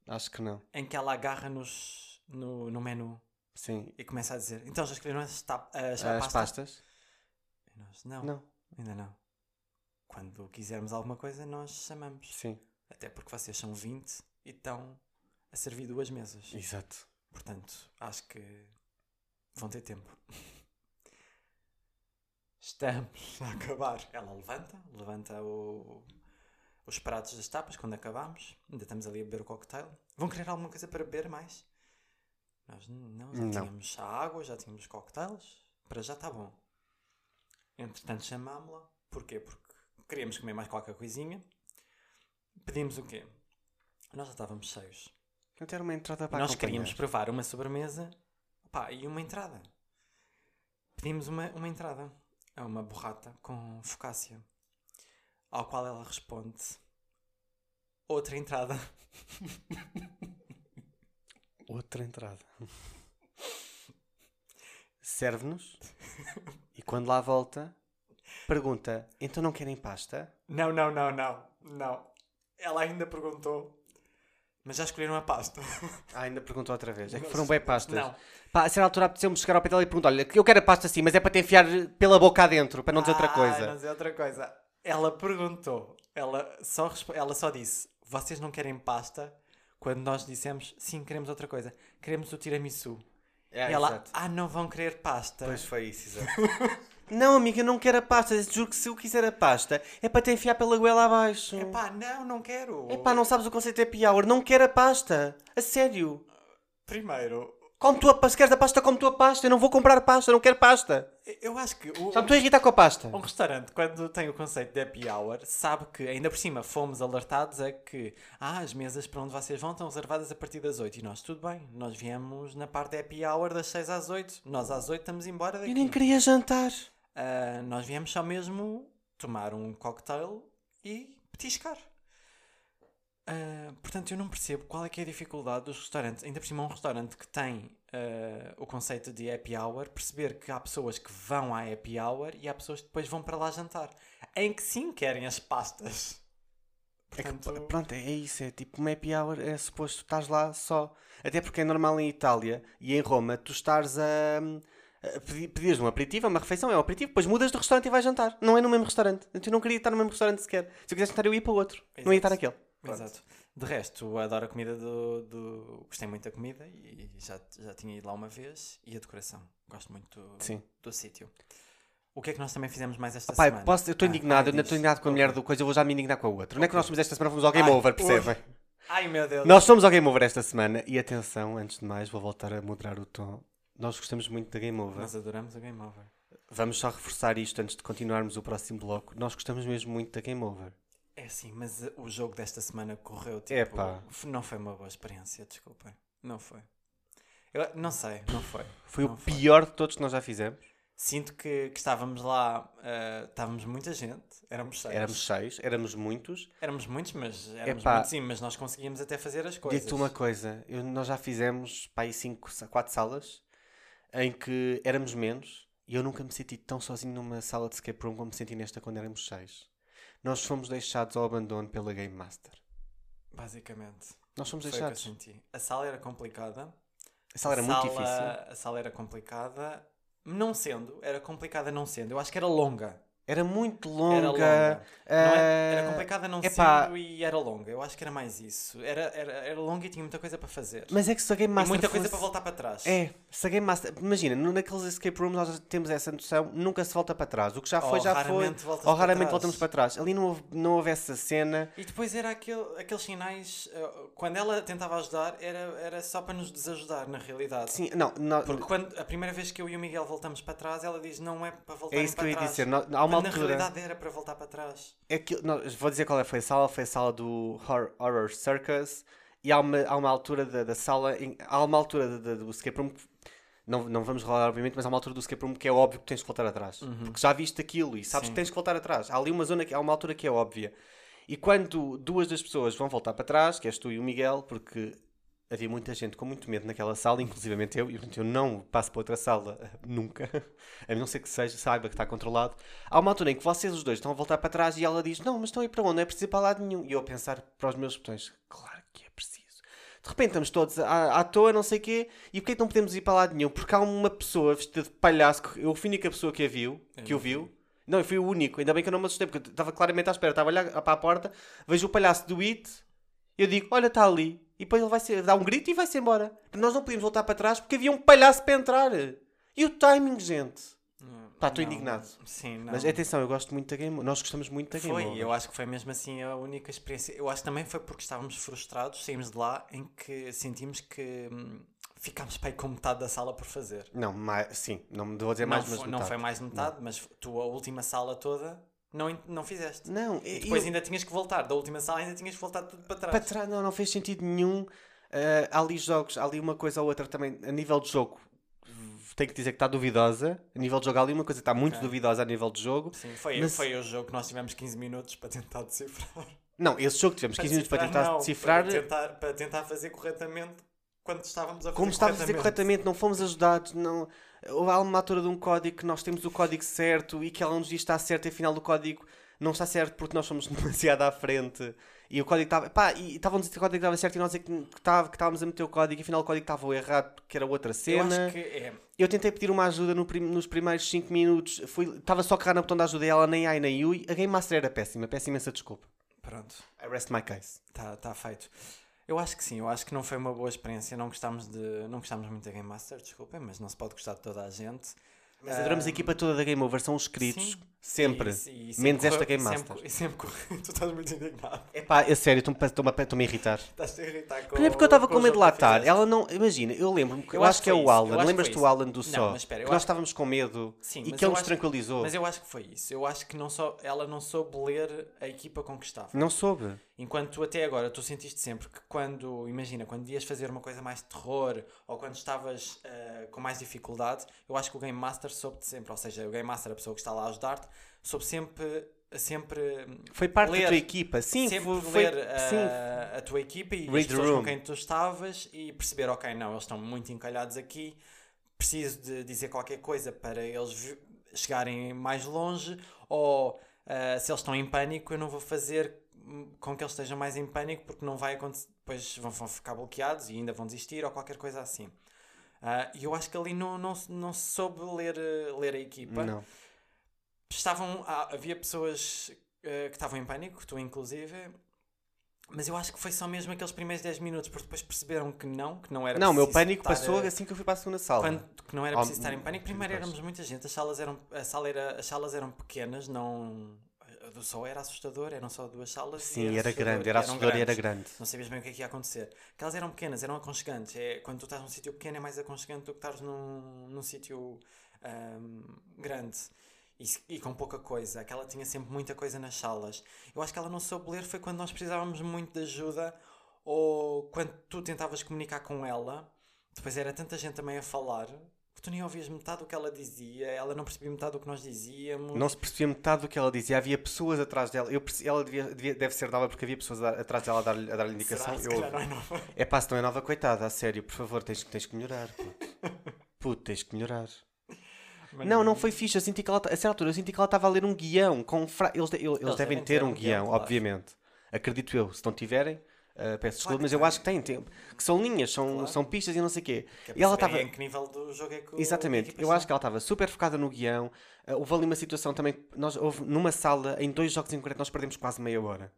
S1: Acho que não.
S2: Em que ela agarra-nos no, no menu
S1: Sim.
S2: e começa a dizer: Então já escolheram as, tap- as, a
S1: As
S2: pasta?"
S1: pastas?
S2: E nós, não,
S1: Não.
S2: ainda não. Quando quisermos alguma coisa, nós chamamos.
S1: Sim.
S2: Até porque vocês são 20 e estão a servir duas mesas.
S1: Exato.
S2: Portanto, acho que vão ter tempo. Estamos a acabar. Ela levanta, levanta o- os pratos das tapas quando acabamos. Ainda estamos ali a beber o cocktail. Vão querer alguma coisa para beber mais? Nós n- não, já
S1: Não.
S2: tínhamos a água, já tínhamos os cocktails. Para já está bom. Entretanto, chamámos-la. Porquê? Porque queríamos comer mais qualquer coisinha. Pedimos o quê? Nós já estávamos cheios.
S1: Eu ter uma entrada para
S2: Nós
S1: acompanhar.
S2: queríamos provar uma sobremesa pá, e uma entrada. Pedimos uma, uma entrada, é uma borrata com focácia, ao qual ela responde: Outra entrada.
S1: Outra entrada. Serve-nos e quando lá volta, pergunta: então não querem pasta?
S2: Não, não, não, não, não. Ela ainda perguntou, mas já escolheram a pasta.
S1: Ah, ainda perguntou outra vez. É que
S2: Mas-
S1: foram bem pastas.
S2: Não.
S1: Pá, a certa altura apeteceu-me chegar ao pé dela e perguntar: olha, eu quero a pasta sim, mas é para te enfiar pela boca adentro, para não dizer é outra
S2: Ah,
S1: coisa.
S2: Não dizer outra coisa. Ela perguntou, ela só, resp- ela só disse: Vocês não querem pasta? Quando nós dissemos, sim, queremos outra coisa, queremos o tiramisu.
S1: É,
S2: e ela,
S1: exato.
S2: ah, não vão querer pasta.
S1: Pois foi isso, exato. não, amiga, eu não quero a pasta. Juro que se eu quiser a pasta, é para te enfiar pela goela abaixo. Epá,
S2: Epá, não, não quero.
S1: não sabes o conceito de happy hour. Não quero a pasta. A sério.
S2: Primeiro,
S1: Come tua pasta. Se queres a pasta, come tua pasta. Eu não vou comprar pasta. Eu não quero pasta.
S2: eu acho que o,
S1: Já me estou a irritar com a pasta.
S2: um restaurante, quando tem o conceito de happy hour, sabe que, ainda por cima, fomos alertados a que ah, as mesas para onde vocês vão estão reservadas a partir das 8. E nós, tudo bem, nós viemos na parte de happy hour das 6 às 8. Nós às 8 estamos embora daqui.
S1: Eu nem queria jantar.
S2: Ah, nós viemos só mesmo tomar um cocktail e petiscar. Ah, portanto, eu não percebo qual é que é a dificuldade dos restaurantes. Ainda por cima, um restaurante que tem ah, o conceito de happy hour, perceber que há pessoas que vão à happy hour e há pessoas que depois vão para lá jantar. Em que sim querem as pastas.
S1: É que,
S2: Portanto,
S1: pronto, é isso, é tipo uma happy hour, é suposto estás lá só. Até porque é normal em Itália e em Roma tu estares a, a pedir, pedires um aperitivo, é uma refeição, é um aperitivo, depois mudas de restaurante e vais jantar. Não é no mesmo restaurante. Eu não queria estar no mesmo restaurante sequer. Se eu quisesse jantar, eu ia para o outro. Não ia estar
S2: Exato.
S1: naquele. Pronto.
S2: Exato. De resto, adoro a comida do. do... Gostei muito da comida e já, já tinha ido lá uma vez. E a decoração. Gosto muito do,
S1: Sim.
S2: do sítio. O que é que nós também fizemos mais esta
S1: Pai,
S2: semana?
S1: posso, eu estou
S2: Ah,
S1: indignado,
S2: ai,
S1: eu ainda
S2: diz.
S1: estou indignado com a mulher do coisa, eu vou já me indignar com a outra. Não é que nós fomos esta semana, fomos ao Game
S2: Ai,
S1: Over,
S2: ui.
S1: percebem?
S2: Ai meu Deus!
S1: Nós somos ao Game Over esta semana e atenção, antes de mais, vou voltar a moderar o tom. Nós gostamos muito da Game Over.
S2: Nós adoramos o Game Over.
S1: Vamos só reforçar isto antes de continuarmos o próximo bloco. Nós gostamos mesmo muito da Game Over.
S2: É sim, mas uh, o jogo desta semana correu tipo.
S1: Epá.
S2: f- Não foi uma boa experiência, desculpem. Não foi. Eu não sei, não foi.
S1: Foi
S2: Não
S1: o
S2: foi.
S1: pior de todos que nós já fizemos.
S2: Sinto que, que estávamos lá, uh, estávamos muita gente, éramos seis.
S1: Éramos seis, éramos muitos.
S2: Éramos muitos, mas éramos
S1: Epá.
S2: muitos, sim, mas nós conseguíamos até fazer as coisas.
S1: Digo-te uma coisa, eu- nós já fizemos pá, aí cinco, sa- quatro salas em que éramos menos e eu nunca me senti tão sozinho numa sala de escape room como me senti nesta quando éramos seis. Nós fomos deixados ao abandono pela Game Master.
S2: Basicamente.
S1: Nós fomos
S2: Foi o que assim. eu
S1: deixados.
S2: senti. A sala era complicada.
S1: A sala era
S2: A
S1: muito
S2: sala-
S1: difícil.
S2: A sala era complicada. Não sendo, era complicada não sendo. Eu acho que era longa.
S1: Era muito longa.
S2: Era longa. Não é-
S1: eh,
S2: era complicada não
S1: epá.
S2: sendo e era longa. Eu acho que era mais isso. Era, era, era longa e tinha muita coisa para fazer.
S1: Mas é que se a Game
S2: e
S1: Master
S2: muita coisa
S1: fosse-
S2: para voltar para trás.
S1: É, se a Game Master. Imagina, no- naqueles escape rooms nós temos essa noção, nunca se volta para trás. O que já foi,
S2: Ou
S1: já
S2: Oh, raramente
S1: foi.
S2: voltas
S1: Ou
S2: para
S1: raramente
S2: trás.
S1: voltamos para trás. Ali não houve, não houve essa cena.
S2: E depois era aquele, aqueles sinais. eh, Quando ela tentava ajudar, era, era só para nos desajudar, na realidade.
S1: Sim, não, não-
S2: Porque quando, a primeira vez que eu e o Miguel voltamos para trás, ela diz não é para voltar
S1: é isso que
S2: para
S1: eu ia
S2: trás.
S1: dizer. Não- há uma
S2: Quando na
S1: altura.
S2: realidade era para voltar para trás.
S1: É que, não, vou dizer qual é que foi a sala. Foi a sala do Horror, Horror Circus. E há uma, há uma altura da, da sala. em- há uma altura da- da- do escape room. que- Não, não vamos rolar, obviamente, mas há uma altura do escape room que é óbvio que tens que voltar atrás. Porque já viste aquilo e sabes
S2: Sim.
S1: que tens que voltar atrás. Há ali uma zona que há uma altura que é óbvia. E quando duas das pessoas vão voltar para trás, que és tu e o Miguel, porque havia muita gente com muito medo naquela sala, inclusivamente eu, e portanto eu não passo para outra sala eh, nunca, a não ser que seja, saiba que está controlado. Há uma altura em que vocês os dois estão a voltar para trás e ela diz: Não, mas estão a ir para onde? Não é preciso ir para lado nenhum. E eu a pensar para os meus botões: Claro que é preciso. De repente estamos todos à, à toa, não sei o quê, e porquê é que não podemos ir para lado nenhum? Porque há uma pessoa vestida de palhaço, que eu fui a única pessoa que a viu, que o viu. Não, eu fui o único, ainda bem que eu não me assustei, porque eu estava claramente à espera, estava a olhar para a porta, vejo o palhaço do It, eu digo, olha, está ali. E depois ele vai ser, dá um grito e vai-se embora. Nós não podíamos voltar para trás porque havia um palhaço para entrar. E o timing, gente. Pá, estou
S2: Não.
S1: indignado.
S2: Sim, não.
S1: Mas é tipo, atenção, eu gosto muito da Game Over. Nós gostamos muito da Game
S2: Foi,
S1: Over.
S2: eu acho que foi mesmo assim a única experiência. Eu acho que também foi porque estávamos frustrados, saímos de lá em que sentimos que hum, ficámos para aí com metade da sala por fazer.
S1: Não, mais, sim, não me vou dizer
S2: não,
S1: É mais, mas
S2: foi, não
S1: metade.
S2: foi mais metade, mas tu a última sala toda não, en- não fizeste.
S1: Não,
S2: E
S1: eu-
S2: depois
S1: eu-
S2: ainda tinhas que voltar, da última sala ainda tinhas que voltar tudo para trás.
S1: para trás, não, não fez Eh, sentido nenhum. Ah, há ali jogos, há ali uma coisa ou outra também, a nível de jogo, tenho que dizer que está duvidosa a nível de jogo. Há ali uma coisa que está muito
S2: Ok.
S1: duvidosa a nível de jogo.
S2: Sim, foi,
S1: Mas-
S2: foi o jogo que nós tivemos 15 minutos para tentar decifrar.
S1: Não, esse jogo tivemos 15 minutos para
S2: decifrar,
S1: tentar
S2: não,
S1: decifrar.
S2: Para tentar, para tentar fazer corretamente quando estávamos a fazer
S1: Como estávamos a dizer corretamente, não fomos ajudados, não. Há uma altura de um código que nós temos o código certo e que ela nos diz que está certo e afinal do código não está certo porque nós fomos demasiado à frente e o código estava. Pá, e estavam a dizer que o código estava certo e nós é que, que, estava, que estávamos a meter o código e afinal o código estava errado porque era outra
S2: Eu
S1: cena.
S2: acho que é.
S1: Eu tentei pedir uma ajuda no prim- nos primeiros 5 minutos, fui- estava só a carregar no botão de ajuda e ela nem ai nem ui. A Game Master era péssima, peço imensa desculpa.
S2: Pronto.
S1: I rest my case.
S2: Está tá feito. Eu acho que sim, eu acho que não foi uma boa experiência. Não gostámos, de, não gostámos muito da Game Master, desculpem, mas não se pode gostar de toda a gente.
S1: Mas adoramos a equipa toda da Game Over, são os queridos,
S2: Sim.
S1: sempre.
S2: E- e
S1: Menos
S2: correu-
S1: esta Game
S2: sempre
S1: Master.
S2: co- E sempre correu. Tu estás muito indignado.
S1: Epá, a sério, estou-me a estou-me a- estou-me a irritar.
S2: Estás a irritar com
S1: Primeiro porque eu estava com
S2: o
S1: medo de
S2: jogo
S1: lá
S2: que
S1: estar.
S2: fizeste.
S1: Ela não. Imagina, eu lembro-me que eu,
S2: Eu
S1: acho
S2: acho
S1: que é
S2: que
S1: o
S2: foi isso, eu
S1: Alan.
S2: acho que
S1: Lembras-te
S2: foi
S1: do
S2: isso.
S1: Alan do
S2: Não,
S1: Só?
S2: mas espera, eu
S1: que nós
S2: acho-
S1: estávamos com medo
S2: Sim,
S1: e
S2: mas
S1: que ele
S2: eu
S1: nos
S2: acho-
S1: tranquilizou.
S2: Mas eu acho que foi isso. Eu acho que não só, ela não soube ler a equipa com que estava.
S1: Não soube.
S2: Enquanto tu até agora tu sentiste sempre que quando, imagina, quando ias fazer uma coisa mais de terror ou quando estavas ah, com mais dificuldade, eu acho que o Game Master soube-te sempre, ou seja, o Game Master, a pessoa que está lá a ajudar-te, soube sempre, sempre hum,
S1: Foi parte da
S2: Ler.
S1: tua equipa. Sim,
S2: sempre
S1: foi.
S2: ler eh,
S1: foi-
S2: a,
S1: sim.
S2: a tua equipa e
S1: Read
S2: as
S1: the
S2: pessoas
S1: room.
S2: com quem tu estavas e perceber, ok, não, eles estão muito encalhados aqui, preciso de dizer qualquer coisa para eles vi- chegarem mais longe ou ah, se eles estão em pânico eu não vou fazer hum, com que eles estejam mais em pânico porque não vai acontecer, depois vão, vão ficar bloqueados e ainda vão desistir ou qualquer coisa assim. Ah, E eu acho que ali não, não, se- não se soube ler, eh, ler a equipa
S1: Não.
S2: estavam há- havia pessoas eh, que estavam em pânico, tu inclusive mas eu acho que foi só mesmo aqueles primeiros 10 minutos, porque depois perceberam que não, que não era
S1: Não, o meu
S2: preciso
S1: pânico
S2: estar,
S1: passou
S2: eh,
S1: assim que eu fui para a segunda sala.
S2: quando- que não era
S1: Ah,
S2: preciso estar em pânico. Primeiro
S1: pois.
S2: éramos muita gente, as salas eram, a sala era, as salas eram pequenas, não a do sol era assustador, eram só duas salas. e
S1: Sim, era grande,
S2: e
S1: era
S2: eram
S1: assustador e era
S2: grandes.
S1: grande.
S2: Não sabias bem o que é que ia acontecer. Aquelas eram pequenas, eram aconchegantes. É, quando tu estás num sítio pequeno é mais aconchegante do que estás num, num sítio ahm, grande e, se- e com pouca coisa. Aquela tinha sempre muita coisa nas salas. Eu acho que ela não soube ler foi quando nós precisávamos muito de ajuda ou quando tu tentavas comunicar com ela. Depois era tanta gente também a falar que tu nem ouvias metade do que ela dizia, ela não percebia metade do que nós dizíamos.
S1: Não se percebia metade do que ela dizia. Havia pessoas atrás dela. Eu perce- Ela devia- devia- deve ser nova porque havia pessoas a- atrás dela a dar-lhe a dar indicação.
S2: Será? Se
S1: Eu
S2: calhar
S1: ouvi.
S2: não é nova.
S1: É pá, se não é nova, coitada, a sério, por favor, tens, que- tens que melhorar, puto. Puto, tens que melhorar.
S2: Mas
S1: Não, não foi fixe. Eu senti que ela, ta- a certa altura, eu senti que ela estava a ler um guião. Com fra... eles, de- eles devem ter um guião,
S2: claro.
S1: obviamente. Acredito eu. Se não tiverem, ah, peço desculpa,
S2: que
S1: mas eu acho que têm tempo. Que são linhas, são,
S2: Claro.
S1: são pistas e não sei o quê.
S2: Que é
S1: E ela
S2: perceberem
S1: estava.
S2: Em que nível do jogo é que o-
S1: Exatamente,
S2: que a
S1: eu acho que ela estava super focada no guião. Ah, houve ali uma situação também. Nós, houve numa sala, em dois jogos em concreto, nós perdemos quase meia hora.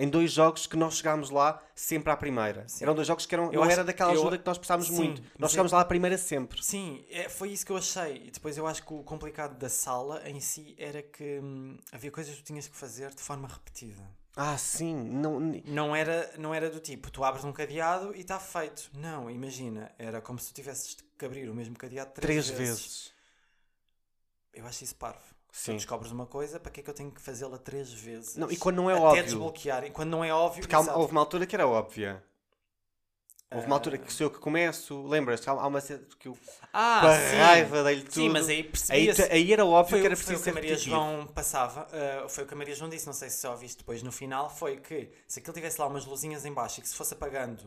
S1: Em dois jogos que nós chegámos lá sempre à primeira. Eram dois jogos que eram.
S2: Eu
S1: não
S2: acho-
S1: era daquela
S2: eu-
S1: ajuda que nós precisávamos
S2: Sim,
S1: muito.
S2: mas é
S1: Nós
S2: eu-
S1: chegámos lá à primeira sempre.
S2: Sim, é, foi isso que eu achei. E depois eu acho que o complicado da sala em si era que hum, havia coisas que tu tinhas que fazer de forma repetida.
S1: Ah, sim. Não,
S2: Não era, não era do tipo, tu abres um cadeado e está feito. Não, imagina, era como se tu tivesses que abrir o mesmo cadeado três,
S1: três
S2: vezes.
S1: vezes.
S2: Eu acho isso parvo.
S1: Sim.
S2: Tu descobres uma coisa, para que é que eu tenho que fazê-la três vezes?
S1: Não, e quando não é
S2: Até
S1: óbvio.
S2: desbloquear. E quando não é óbvio,
S1: Porque há uma-
S2: exato.
S1: houve uma altura que era óbvia. Houve uma altura que sou eu que começo. Lembras-te? Há há uma cena que eu.
S2: ah,
S1: com a
S2: sim.
S1: raiva dei-lhe tudo.
S2: Sim, mas aí
S1: Aí,
S2: percebia-se
S1: te- aí era óbvio
S2: Foi,
S1: que era
S2: foi
S1: preciso
S2: o que a
S1: ser
S2: Maria
S1: repetitivo.
S2: João passava, ah, foi o que a Maria João disse, não sei se só ouviste depois no final, foi que se aquilo tivesse lá umas luzinhas em baixo e que se fosse apagando,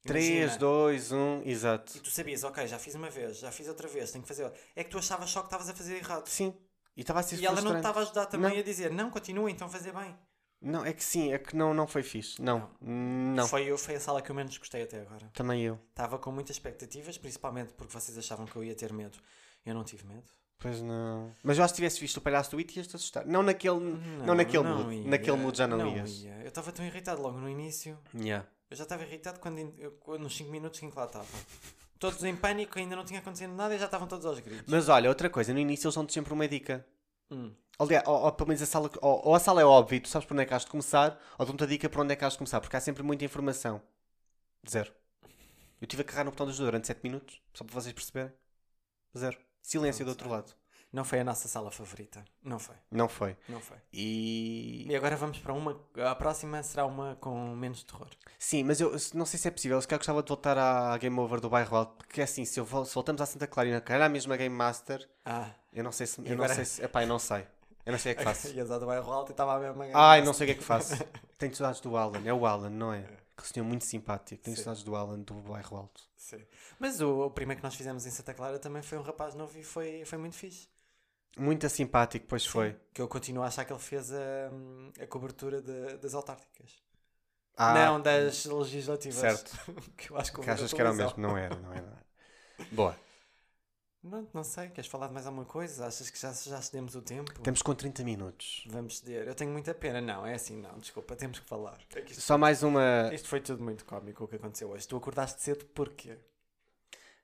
S1: 3,
S2: imagina,
S1: 2, 1,
S2: e
S1: exato.
S2: tu sabias, ok, já fiz uma vez, já fiz outra vez, tenho que fazer outra, é que tu achavas só que estavas a fazer errado.
S1: Sim. E estava a ser
S2: E ela não te
S1: frustrante.
S2: estava a ajudar também
S1: Não.
S2: a dizer, não, continua, então fazer bem.
S1: Não, é que sim, é que não, não foi fixe. Não, não.
S2: Foi, eu- foi a sala que eu menos gostei até agora.
S1: Também eu.
S2: Estava com muitas expectativas, principalmente porque vocês achavam que eu ia ter medo. Eu não tive medo.
S1: Pois não. Mas eu acho que tivesse visto o palhaço do It ias te assustar. Não naquele, não, naquele mood.
S2: ia,
S1: Naquele mood já não, ias.
S2: ia. Eu estava tão irritado logo no início.
S1: Yeah.
S2: Eu já estava irritado quando, in- eu- quando- nos 5 minutos em que lá estava. Todos em pânico, ainda não tinha acontecido nada e já estavam todos aos gritos.
S1: Mas olha, outra coisa, no início eles dão-te sempre uma dica.
S2: Hum.
S1: Aliás, ou, ou pelo menos a sala, ou, ou a sala é óbvia e tu sabes por onde é que has de começar, ou dão-te a dica por onde é que has de começar, porque há sempre muita informação. Zero. Eu tive a carregar no botão de ajuda durante 7 minutos, só para vocês perceberem. Zero. Silêncio do outro lado.
S2: Não foi a nossa sala favorita. Não foi,
S1: Não foi.
S2: não foi.
S1: E.
S2: E agora vamos para uma. A próxima será uma com menos terror.
S1: Sim, mas eu se- não sei se é possível. Se calhar gostava de voltar à Game Over do bairro alto, porque assim, se, eu vol- se voltamos à Santa Clarina, que era a mesma Game Master,
S2: Ah,
S1: eu não sei se. Eu
S2: agora-
S1: não sei se. Epá, eu não sei. Eu não sei o que é que faço.
S2: e a do bairro alto e estava a mesma
S1: Ai, não sei o que é que faço. Tenho saudades do Alan, é o Alan, não é? Aquele senhor muito simpático. Tenho
S2: Sim.
S1: saudades do Alan do bairro alto.
S2: Sim. Mas o, o primeiro que nós fizemos em Santa Clara também foi um rapaz novo e foi, foi muito fixe.
S1: Muito simpático, pois foi.
S2: Sim. Que eu continuo a achar que ele fez a, a cobertura de- das autárquicas.
S1: Ah,
S2: não, das legislativas.
S1: certo.
S2: que eu acho que,
S1: Que achas que era o mesmo? Não era, não era. Boa.
S2: Não, não sei, queres falar de mais alguma coisa? Achas que já, já cedemos o tempo?
S1: Estamos com 30 minutos.
S2: Vamos ceder. Eu tenho muita pena. Não, é assim, não, desculpa, temos que falar. É que isto,
S1: Só mais uma.
S2: isto foi tudo muito cómico o que aconteceu hoje. Tu acordaste cedo porquê?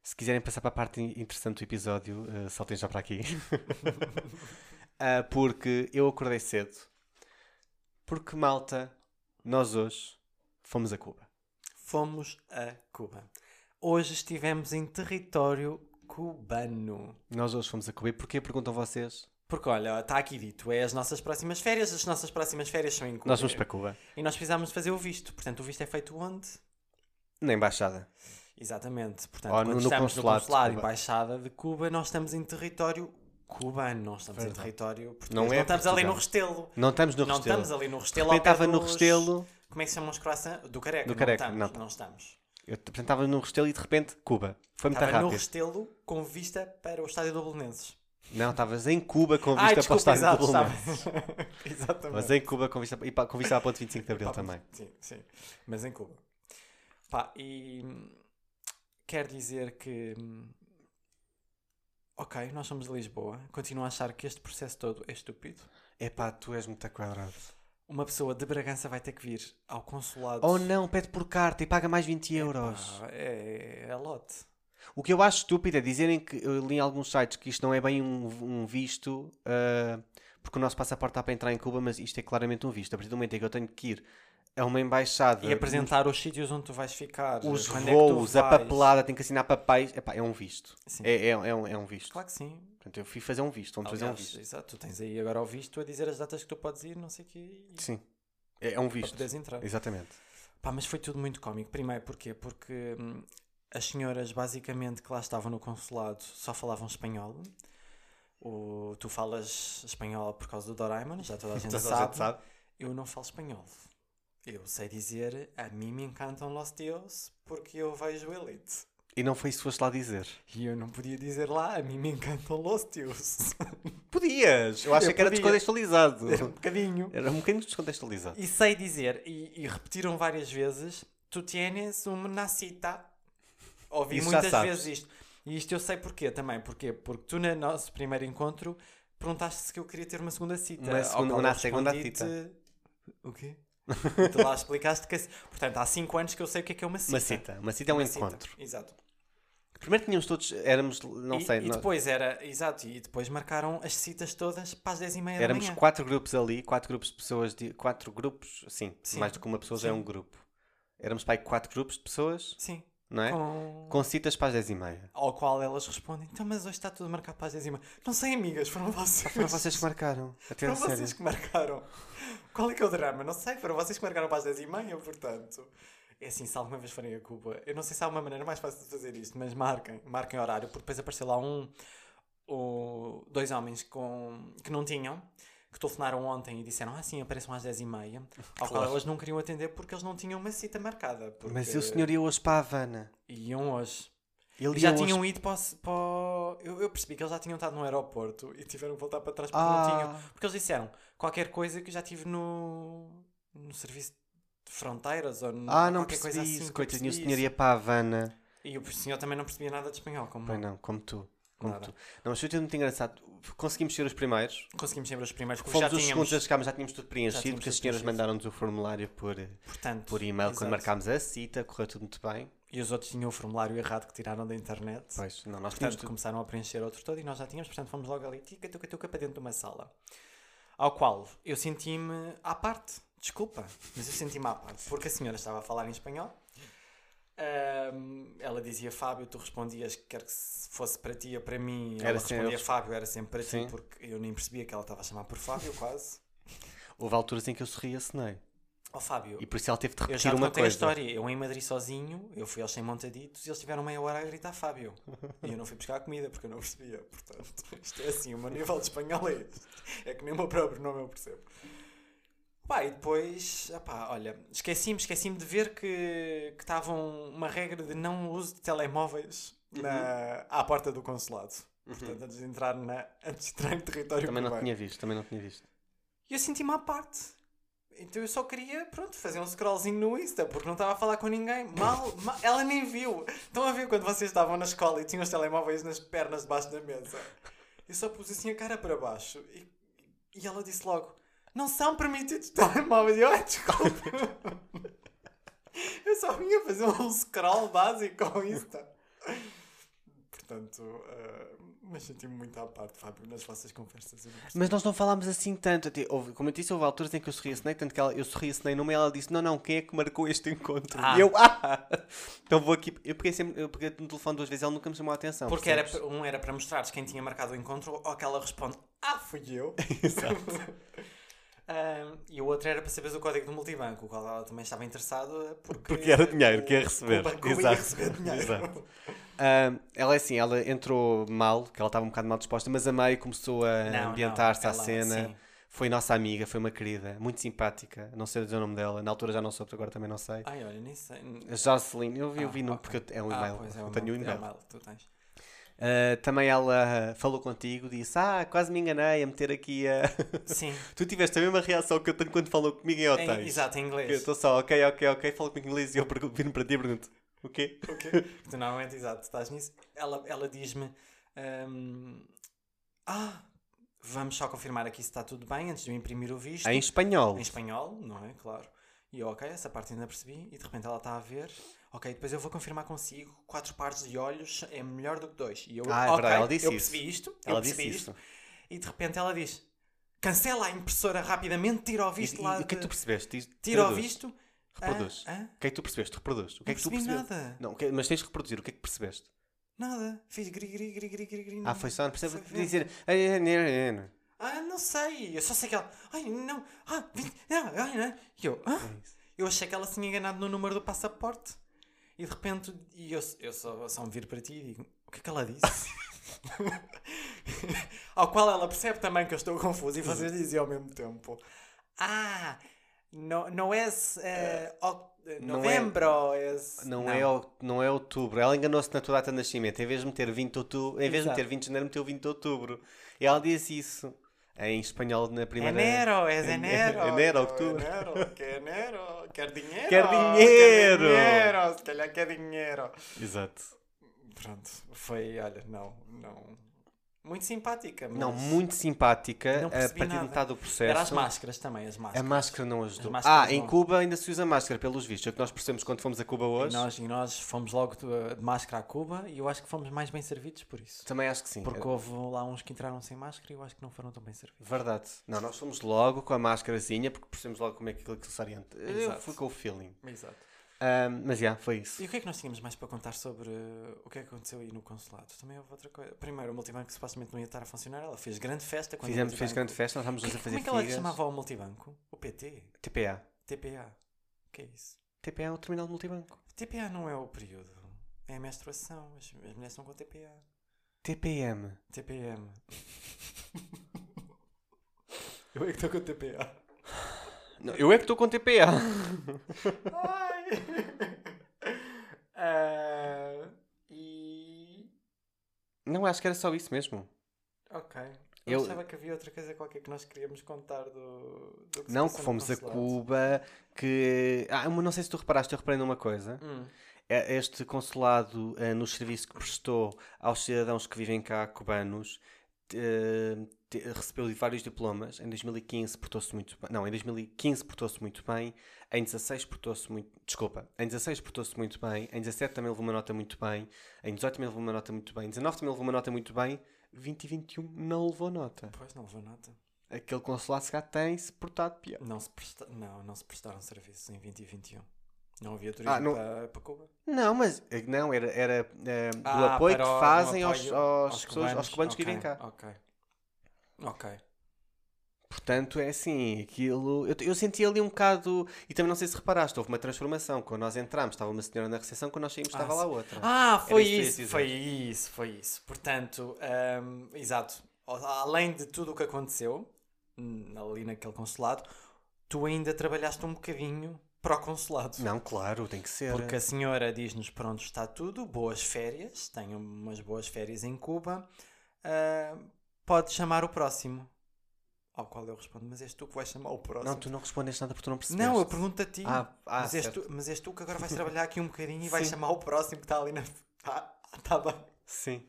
S1: Se quiserem passar para a parte interessante do episódio, eh, saltem já para aqui. Ah, porque eu acordei cedo. Porque, malta, nós hoje fomos a Cuba.
S2: Fomos a Cuba. Hoje estivemos em território cubano.
S1: Nós hoje fomos a Cuba. E porquê? Perguntam vocês.
S2: Porque olha, está aqui dito, é as nossas próximas férias, as nossas próximas férias são em Cuba.
S1: Nós fomos para Cuba.
S2: E nós precisámos fazer o visto. Portanto, o visto é feito onde?
S1: Na embaixada.
S2: Exatamente. Portanto,
S1: Ou
S2: quando
S1: no- no
S2: estamos
S1: consulado
S2: no
S1: de
S2: consulado,
S1: Cuba.
S2: embaixada de Cuba, nós estamos em território cubano, não estamos
S1: Verdade.
S2: em território português.
S1: Não
S2: Não,
S1: é
S2: estamos ali no
S1: Portugal.
S2: Restelo.
S1: Não estamos no
S2: Não
S1: Restelo.
S2: estamos ali no
S1: Eu
S2: Restelo. ao pé
S1: estava no
S2: dos-
S1: Restelo,
S2: Como é que se chamam os croissants? Do Careca.
S1: Do
S2: não
S1: Careca,
S2: estamos,
S1: não.
S2: não estamos.
S1: eu apresentava no Restelo e de repente, Cuba. Foi muito
S2: Estava no
S1: rápido.
S2: Restelo com vista para o estádio do Belenenses.
S1: Não, estavas em Cuba com
S2: Ai,
S1: vista para o
S2: desculpa,
S1: estádio
S2: exato,
S1: do Belenenses.
S2: estava- Exatamente.
S1: Estavas em Cuba com vista, e pa- com vista à ponte 25 de Abril
S2: Pá,
S1: também.
S2: Sim, sim. Mas em Cuba. Pá, e hum, quer dizer que. hum, Ok, nós somos de Lisboa. Continuo a achar que este processo todo é estúpido.
S1: Epá, tu és muito quadrado.
S2: Uma pessoa de Bragança vai ter que vir ao consulado.
S1: Ou Oh, não, pede por carta e paga mais 20 euros.
S2: Pá, é, é lote.
S1: O que eu acho estúpido é dizerem que eu li em alguns sites que isto não é bem um, um visto, ah, porque o nosso passaporte está para entrar em Cuba, mas isto é claramente um visto. A partir do momento em que eu tenho que ir a uma embaixada,
S2: E apresentar os sítios onde tu vais ficar.
S1: Ah, os
S2: quando é que tu
S1: voos, a
S2: vais.
S1: papelada, tenho que assinar papéis. Epá, é um visto.
S2: Sim.
S1: É, é, é um, é um visto.
S2: Claro que sim.
S1: Portanto, eu fui fazer um visto. Vamos fazer um
S2: Aliás,
S1: visto.
S2: exato, tu tens aí agora ao visto a dizer as datas que tu podes ir, não sei o quê, e
S1: Sim. É, é um
S2: para
S1: visto.
S2: poderes entrar.
S1: Exatamente.
S2: Pá, mas foi tudo muito cómico. Primeiro, porquê? Porque hum, as senhoras, basicamente, que lá estavam no consulado só falavam espanhol. O, tu falas espanhol por causa do Doraemon, já toda a gente,
S1: Toda a
S2: sabe.
S1: gente sabe.
S2: Eu não falo espanhol. Eu sei dizer, a mim me encantam Los Dios, porque eu vejo Elite.
S1: E não foi isso que foste lá dizer.
S2: E eu não podia dizer lá, a mim me encantam Los Dios.
S1: Podias! Eu achei
S2: Eu
S1: que era
S2: podia.
S1: descontextualizado.
S2: Era um bocadinho.
S1: Era um bocadinho descontextualizado.
S2: E sei dizer, e, e repetiram várias vezes: Tu tienes uma nacita. Ouvi
S1: Isso já
S2: muitas
S1: sabes.
S2: vezes isto. E isto eu sei porquê também. Porquê? Porque tu, no nosso primeiro encontro, perguntaste se que eu queria ter uma segunda cita.
S1: Uma
S2: Ao
S1: segunda-
S2: qual eu
S1: uma segunda
S2: respondi-te, O quê? E tu lá explicaste que. Portanto, há 5 anos que eu sei o que é que é uma cita.
S1: Uma cita. Uma cita é um
S2: Uma cita.
S1: encontro.
S2: Exato.
S1: Primeiro tínhamos todos, éramos, não
S2: e,
S1: sei,
S2: E
S1: nós-
S2: depois era. Exato. E depois marcaram as citas todas para as 10 e meia da
S1: éramos
S2: manhã.
S1: quatro grupos ali, quatro grupos de pessoas, de, quatro grupos, sim,
S2: Sim.
S1: mais do que uma pessoa já é
S2: Sim.
S1: um grupo. Éramos para aí quatro grupos de pessoas,
S2: Sim.
S1: não é?
S2: Com...
S1: Com citas para as 10 e meia.
S2: Ao qual elas respondem: Então, mas hoje está tudo marcado para as 10 e meia." Não sei, amigas, foram vocês.
S1: Foram vocês que marcaram. Até
S2: Foram
S1: a sério.
S2: vocês que marcaram. Qual é que é o drama? Não sei, foram vocês que marcaram para as 10 e meia, portanto. É assim, se alguma vez forem a Cuba, eu não sei se há uma maneira mais fácil de fazer isto, mas marquem, marquem horário, porque depois apareceu lá um, o- dois homens com, que não tinham, que telefonaram ontem e disseram, ah sim, apareçam às 10 e meia, ao qual
S1: Claro.
S2: elas não queriam atender porque eles não tinham uma cita marcada. Porque
S1: Mas o senhor ia hoje para a Havana.
S2: Iam hoje.
S1: Ele
S2: E
S1: ia
S2: já um
S1: hoje
S2: tinham ido para, o- para o- eu, eu percebi que eles já tinham estado no aeroporto e tiveram que voltar para trás porque
S1: Ah.
S2: não tinham. Porque eles disseram qualquer coisa que eu já tive no, no serviço de fronteiras ou no,
S1: Ah, não
S2: um- qualquer
S1: percebi
S2: coisa
S1: isso.
S2: assim.
S1: Coitadinho, o
S2: eu percebi
S1: senhor ia para a Havana.
S2: isso. E o senhor também não percebia nada de espanhol. Como
S1: Pois não, como tu. Como
S2: Nada.
S1: tu. Não, mas foi tudo muito engraçado. Conseguimos ser os primeiros.
S2: conseguimos sempre os primeiros, porque
S1: Fomos
S2: já
S1: os segundos
S2: tínhamos,
S1: a chegar, mas já tínhamos tudo preenchido,
S2: tínhamos
S1: porque as
S2: tudo
S1: senhoras
S2: preenchido.
S1: mandaram-nos o formulário por,
S2: portanto,
S1: por e-mail
S2: exato.
S1: quando marcámos a cita, correu tudo muito bem.
S2: E os outros tinham o formulário errado que tiraram da internet.
S1: Pois, não, nós tínhamos
S2: Portanto,
S1: tudo.
S2: começaram a preencher outro todo e nós já tínhamos, portanto, fomos logo ali, tica, tuca, tuca, para dentro de uma sala. Ao qual eu senti-me à parte, desculpa, mas eu senti-me à parte, porque a senhora estava a falar em espanhol, Ahm, ela dizia Fábio, tu respondias que quer que se fosse para ti ou para mim.
S1: Era
S2: ela
S1: sempre
S2: respondia
S1: eles.
S2: Fábio, era sempre para
S1: Sim.
S2: ti, porque eu nem percebia que ela estava a chamar por Fábio, quase.
S1: Houve alturas em que eu sorri e acenei.
S2: Ó Fábio,
S1: é? E por isso ela teve de
S2: eu já
S1: repetir
S2: te
S1: uma
S2: contei a
S1: coisa.
S2: história. Eu em Madrid sozinho, eu fui aos sem montaditos e eles tiveram meia hora a gritar Fábio. E eu não fui buscar a comida porque eu não percebia. Portanto, isto é assim, o meu nível de espanhol é este. É que nem o meu próprio nome eu percebo. Pá, e depois, opá, olha, esqueci-me, esqueci-me de ver que que estavam uma regra de não uso de telemóveis
S1: Uhum.
S2: na, à porta do consulado. Portanto, antes de entrar, na, antes de entrar em território
S1: Também não
S2: cubano.
S1: tinha visto, também não tinha visto.
S2: E eu senti-me à parte. Então eu só queria, pronto, fazer um scrollzinho no Insta, porque não estava a falar com ninguém. Mal, mal- ela nem viu. Estão a ver quando vocês estavam na escola e tinham os telemóveis nas pernas debaixo da mesa? Eu só pus assim a cara para baixo e, e ela disse logo: Não são permitidos telemóveis. E eu, ai, desculpa. eu só vinha fazer um scroll básico ao Insta. Portanto, eh, mas senti-me muito à parte, Fábio, nas vossas conversas. Eu não percebo.
S1: Mas nós não falámos assim tanto. Até houve- como eu disse, houve alturas em que eu sorri acenei, é? tanto que ela, eu sorri acenei numa e ela disse: Não, não, quem é que marcou este encontro?
S2: Ah.
S1: E eu, ah! Então vou aqui. Eu peguei, sempre, eu peguei no telefone duas vezes, ela nunca me chamou a atenção.
S2: Porque era,
S1: percebes?
S2: um era para mostrares quem tinha marcado o encontro ou que ela responde Ah, fui eu. Ahm, e o outro era para saberes o código do multibanco, o qual ela também estava interessada porque,
S1: Porque era dinheiro que ia
S2: o-
S1: receber.
S2: O banco ia
S1: Exato.
S2: receber dinheiro.
S1: Exato. Ah, ela é assim, ela entrou mal, que ela estava um bocado mal disposta, mas a meio começou a
S2: Não, não,
S1: ambientar-se à
S2: ela-
S1: cena.
S2: sim.
S1: Foi nossa amiga, foi uma querida, muito simpática. Não sei dizer o nome dela, na altura já não soube, agora também não sei.
S2: Ai, olha, nem sei. n-
S1: A Jocelyn, eu vi, eu
S2: Ah,
S1: vi no,
S2: ok.
S1: porque eu- é um
S2: Ah,
S1: É e-mail.
S2: pois é,
S1: eu tenho um
S2: é
S1: e-mail.
S2: que tu tens.
S1: Ah, também ela falou contigo, disse: Ah, quase me enganei a meter aqui a.
S2: Sim,
S1: tu tiveste a mesma reação que eu tenho quando falou comigo em
S2: em-
S1: hotéis.
S2: exato, em
S1: Eu
S2: inglês.
S1: estou só, ok, ok, ok, falou comigo em inglês e eu pergun- viro para ti e pergunto: O quê?
S2: Ok. Tu normalmente, exato, estás nisso. Ela, ela diz-me: ahm, Ah, vamos só confirmar aqui se está tudo bem antes de eu imprimir o visto.
S1: Em espanhol.
S2: Em espanhol, não é? Claro. E eu, ok, essa parte ainda percebi. E de repente ela está a ver. Ok, depois eu vou confirmar consigo. Quatro pares de olhos é melhor do que dois. E eu,
S1: Ah, é
S2: ok,
S1: verdade, ela disse
S2: eu
S1: isso.
S2: percebi isto.
S1: Ela
S2: eu
S1: disse
S2: percebi
S1: isso.
S2: E de repente ela diz: cancela a impressora rapidamente, tira o
S1: E,
S2: visto
S1: e-
S2: lá.
S1: e o que é que
S2: de-
S1: tu percebeste? Diz-
S2: Tira o
S1: traduz.
S2: visto.
S1: Reproduz.
S2: Hã? Hã?
S1: O que é que tu percebeste? Reproduz. O que
S2: Não
S1: é que tu
S2: percebi
S1: percebeste?
S2: nada.
S1: Não, o que- mas tens de reproduzir. O que é que percebeste?
S2: Nada. Fiz gri, gri, gri, gri, gri, gri.
S1: Ah, foi só, não percebes?
S2: Foi ver.
S1: Dizer.
S2: Ah, não sei. Eu só sei que ela. Ai, não. Ah, vinte. Não, ai, não. E eu. Ah?
S1: É
S2: Eu achei que ela se tinha enganado no número do passaporte. E de repente, e eu, eu só, só me viro para ti e digo: O que é que ela disse? Ao qual ela percebe também que eu estou confuso e vocês dizem ao mesmo tempo: Ah, não, não é eh, oc- eh,
S1: não é-
S2: novembro, é. es-
S1: Não, É, o- não é outubro. Ela enganou-se na tua data de nascimento. Em vez de meter 20 de outubro, em vez de
S2: Exato.
S1: meter 20 de janeiro, meteu 20 de outubro. E ela disse isso em espanhol na primeira.
S2: Enero, é
S1: né? En-
S2: enero.
S1: Enero, outubro.
S2: Enero, que enero. Quer dinheiro.
S1: Quer dinheiro.
S2: Quer dinheiro, se calhar quer dinheiro.
S1: Exato.
S2: Pronto, foi, olha, não, não. Muito simpática, mas.
S1: Não, muito simpática.
S2: Não
S1: a
S2: percebi
S1: partir de
S2: nada.
S1: metade do processo.
S2: Era as máscaras também, as
S1: A
S2: máscaras.
S1: máscara não ajudou.
S2: As máscaras
S1: ah, em
S2: não.
S1: Cuba ainda se usa máscara, pelos vistos. É o que nós percebemos quando fomos a Cuba
S2: E
S1: hoje.
S2: nós, e nós fomos logo eh, de, de máscara a Cuba e eu acho que fomos mais bem servidos por isso.
S1: Também acho que sim. é
S2: Porque houve lá uns que entraram sem máscara e eu acho que não foram tão bem servidos.
S1: Verdade. Não, nós fomos logo com a máscarazinha porque percebemos logo como é que aquilo que se orienta. Eu
S2: Exato.
S1: fui com o feeling.
S2: Exato.
S1: Ahm, mas já, foi isso.
S2: E o que é que nós tínhamos mais para contar sobre uh, o que é que aconteceu aí no consulado? Também houve outra coisa. Primeiro, o multibanco supostamente não ia estar a funcionar, ela fez grande festa. Quando o
S1: Fizemos, fez
S2: multibanco-
S1: grande festa, nós estávamos
S2: Que-
S1: hoje a fazer
S2: Como é que ela
S1: figas.
S2: chamava o multibanco? O PT?
S1: TPA.
S2: TPA? O que é isso?
S1: TPA é o terminal de multibanco.
S2: TPA não é o período, é a menstruação. As, as mulheres são com TPA.
S1: TPM.
S2: TPM. Eu é que estou com TPA.
S1: Não, eu é que estou com TPA.
S2: Ai! Ah, e.
S1: Não, acho que era só isso mesmo.
S2: Ok. Eu,
S1: Eu-
S2: achava que havia outra coisa qualquer que nós queríamos contar do. do se
S1: Não,
S2: passou
S1: que
S2: no
S1: fomos a
S2: consulado.
S1: Cuba, que... Ah, mas não sei se tu reparaste, eu reparei numa coisa.
S2: Hum,
S1: É- Este consulado, eh, no serviço que prestou aos cidadãos que vivem cá, cubanos, eh, te- recebeu de vários diplomas. Em 2015 portou-se muito bem. Não, em 2015 portou-se muito bem. Em 16 portou-se muito... Desculpa. Em 16 portou-se muito bem. Em 17 também levou uma nota muito bem. Em 18 também levou uma nota muito bem. Em 19 também levou uma nota muito bem. 20 e 21 não levou nota.
S2: Pois não levou nota.
S1: Aquele consulado se cá tem-se portado pior.
S2: Não se, presta... não, não se prestaram serviços em 2021. Não havia turismo
S1: Ah, não-
S2: para, para Cuba.
S1: Não, mas eh, não, era, era eh, do
S2: Ah,
S1: apoio que
S2: para o- do
S1: fazem aos,
S2: apoio
S1: aos, pessoas, aos cubanos que
S2: Ok,
S1: vivem cá.
S2: Ok. Ok.
S1: Portanto, é assim, aquilo. Eu, eu senti ali um bocado. E também não sei se reparaste, houve uma transformação. Quando nós entramos, estava uma senhora na recepção, quando nós saímos,
S2: Ah,
S1: estava lá
S2: sim.
S1: outra.
S2: Ah, foi
S1: isso que eu ia
S2: isso,
S1: dizer.
S2: foi isso, foi isso. Portanto, hum, exato. A- Além de tudo o que aconteceu hum, ali naquele consulado, tu ainda trabalhaste um bocadinho para o consulado.
S1: Não, claro, tem que ser.
S2: Porque a senhora diz-nos pronto, está tudo, boas férias, tenho umas boas férias em Cuba, ah, pode chamar o próximo. Ao qual eu respondo, mas és tu que vais chamar o próximo.
S1: Não, tu não respondeste nada porque tu não percebeste.
S2: Não, eu pergunto a ti.
S1: Ah, ah,
S2: mas, és
S1: certo.
S2: tu, mas és tu que agora vais trabalhar aqui um bocadinho e vais
S1: Sim.
S2: chamar o próximo que está ali na. Está tá bem.
S1: Sim.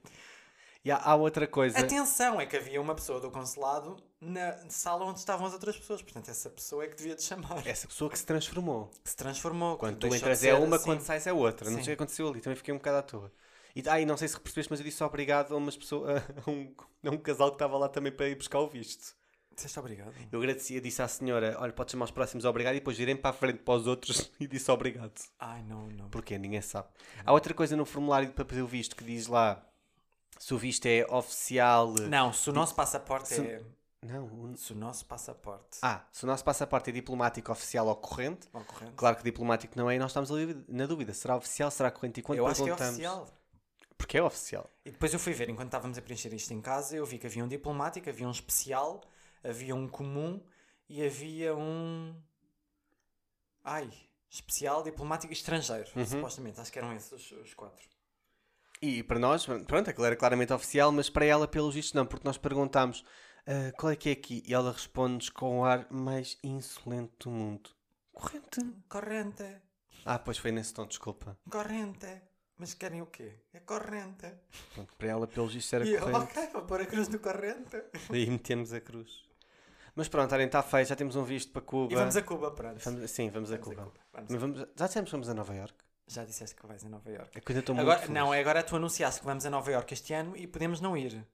S1: E há, há outra coisa.
S2: Atenção, é que havia uma pessoa do consulado na sala onde estavam as outras pessoas. Portanto, essa pessoa é que devia te chamar.
S1: Essa pessoa que se transformou.
S2: Que se transformou. que
S1: Quando tu
S2: deixou de
S1: entras
S2: ser
S1: é uma,
S2: assim.
S1: quando sais é outra. Não
S2: Sim.
S1: sei o que aconteceu ali, também fiquei um bocado à toa. E, ah, e não sei se percebeste, mas eu disse obrigado a, umas pessoas, a, um, a um casal que estava lá também para ir buscar o visto.
S2: Disseste obrigado.
S1: Eu agradeci, eu disse à senhora: olha, pode chamar os próximos obrigado e depois irem para a frente para os outros e disse obrigado.
S2: Ai, não, não.
S1: Porquê? Ninguém sabe. Há outra coisa no formulário para pedir o visto que diz lá se o visto é oficial.
S2: Não, se o nosso passaporte
S1: Se-
S2: é.
S1: Não, o-
S2: Se o nosso passaporte.
S1: Ah, se o nosso passaporte é diplomático oficial ou corrente,
S2: Bom, corrente.
S1: claro que diplomático não é e nós estamos ali na dúvida. Será oficial, será corrente? E quando
S2: eu acho que é
S1: perguntamos.
S2: oficial.
S1: Porque é oficial.
S2: E depois eu fui ver, enquanto estávamos a preencher isto em casa, eu vi que havia um diplomático, havia um especial, havia um comum e havia um. Ai, especial, diplomático e estrangeiro,
S1: Uhum.
S2: supostamente. Acho que eram esses os, os quatro.
S1: E para nós, pronto, aquilo era claramente oficial, mas para ela, pelos vistos, não, porque nós perguntámos "Ah, qual é que é aqui e ela responde-nos com o ar mais insolente do mundo. Corrente.
S2: Corrente,
S1: Ah, pois foi nesse tom, desculpa.
S2: corrente. Mas querem o quê? É corrente.
S1: Pronto, para ela, pelos vistos, era
S2: e eu,
S1: corrente.
S2: ok, vou pôr a cruz no corrente.
S1: Daí metemos a cruz. Mas pronto, olhem, está feito, já temos um visto para Cuba.
S2: E vamos a Cuba, pronto.
S1: Vamos- sim, vamos, a
S2: Vamos
S1: Cuba.
S2: a Cuba, vamos a
S1: Mas vamos- já dissemos que vamos a Nova York.
S2: Já disseste que vais a Nova Iorque.
S1: É que eu ainda estou muito
S2: Agora,
S1: feliz.
S2: não, é agora tu anunciaste que vamos a Nova Iorque este ano e podemos não ir.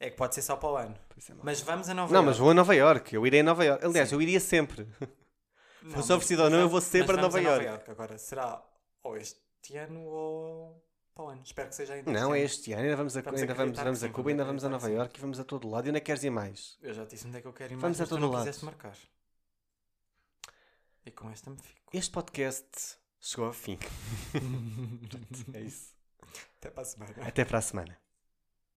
S2: É que pode ser só para o ano.
S1: Pois é, mal.
S2: Mas vamos a Nova
S1: Não,
S2: Iorque.
S1: mas vou a Nova York. Eu irei a Nova York. Aliás, eu iria sempre.
S2: Não,
S1: fosse
S2: mas-
S1: oferecido ou
S2: mas
S1: não, eu
S2: vamos-
S1: vou sempre
S2: mas
S1: a Nova
S2: vamos
S1: Iorque.
S2: Agora será ou este ano ou para o ano. Espero que seja ainda.
S1: Não, é
S2: ano.
S1: este ano. Ainda vamos a,
S2: Vamos
S1: ainda vamos,
S2: acreditar
S1: vamos
S2: que
S1: a
S2: sim,
S1: Cuba,
S2: vamos
S1: ainda vamos a
S2: acreditar que
S1: Nova
S2: sim.
S1: York e vamos a todo lado. E onde é que queres ir mais?
S2: Eu já disse onde é que eu quero ir mais,
S1: Vamos
S2: vamos
S1: a
S2: mas tu
S1: todo
S2: não
S1: lado.
S2: quiseste marcar. E com esta me fico.
S1: Este podcast chegou ao fim. é isso.
S2: Até para a semana.
S1: Até para a semana.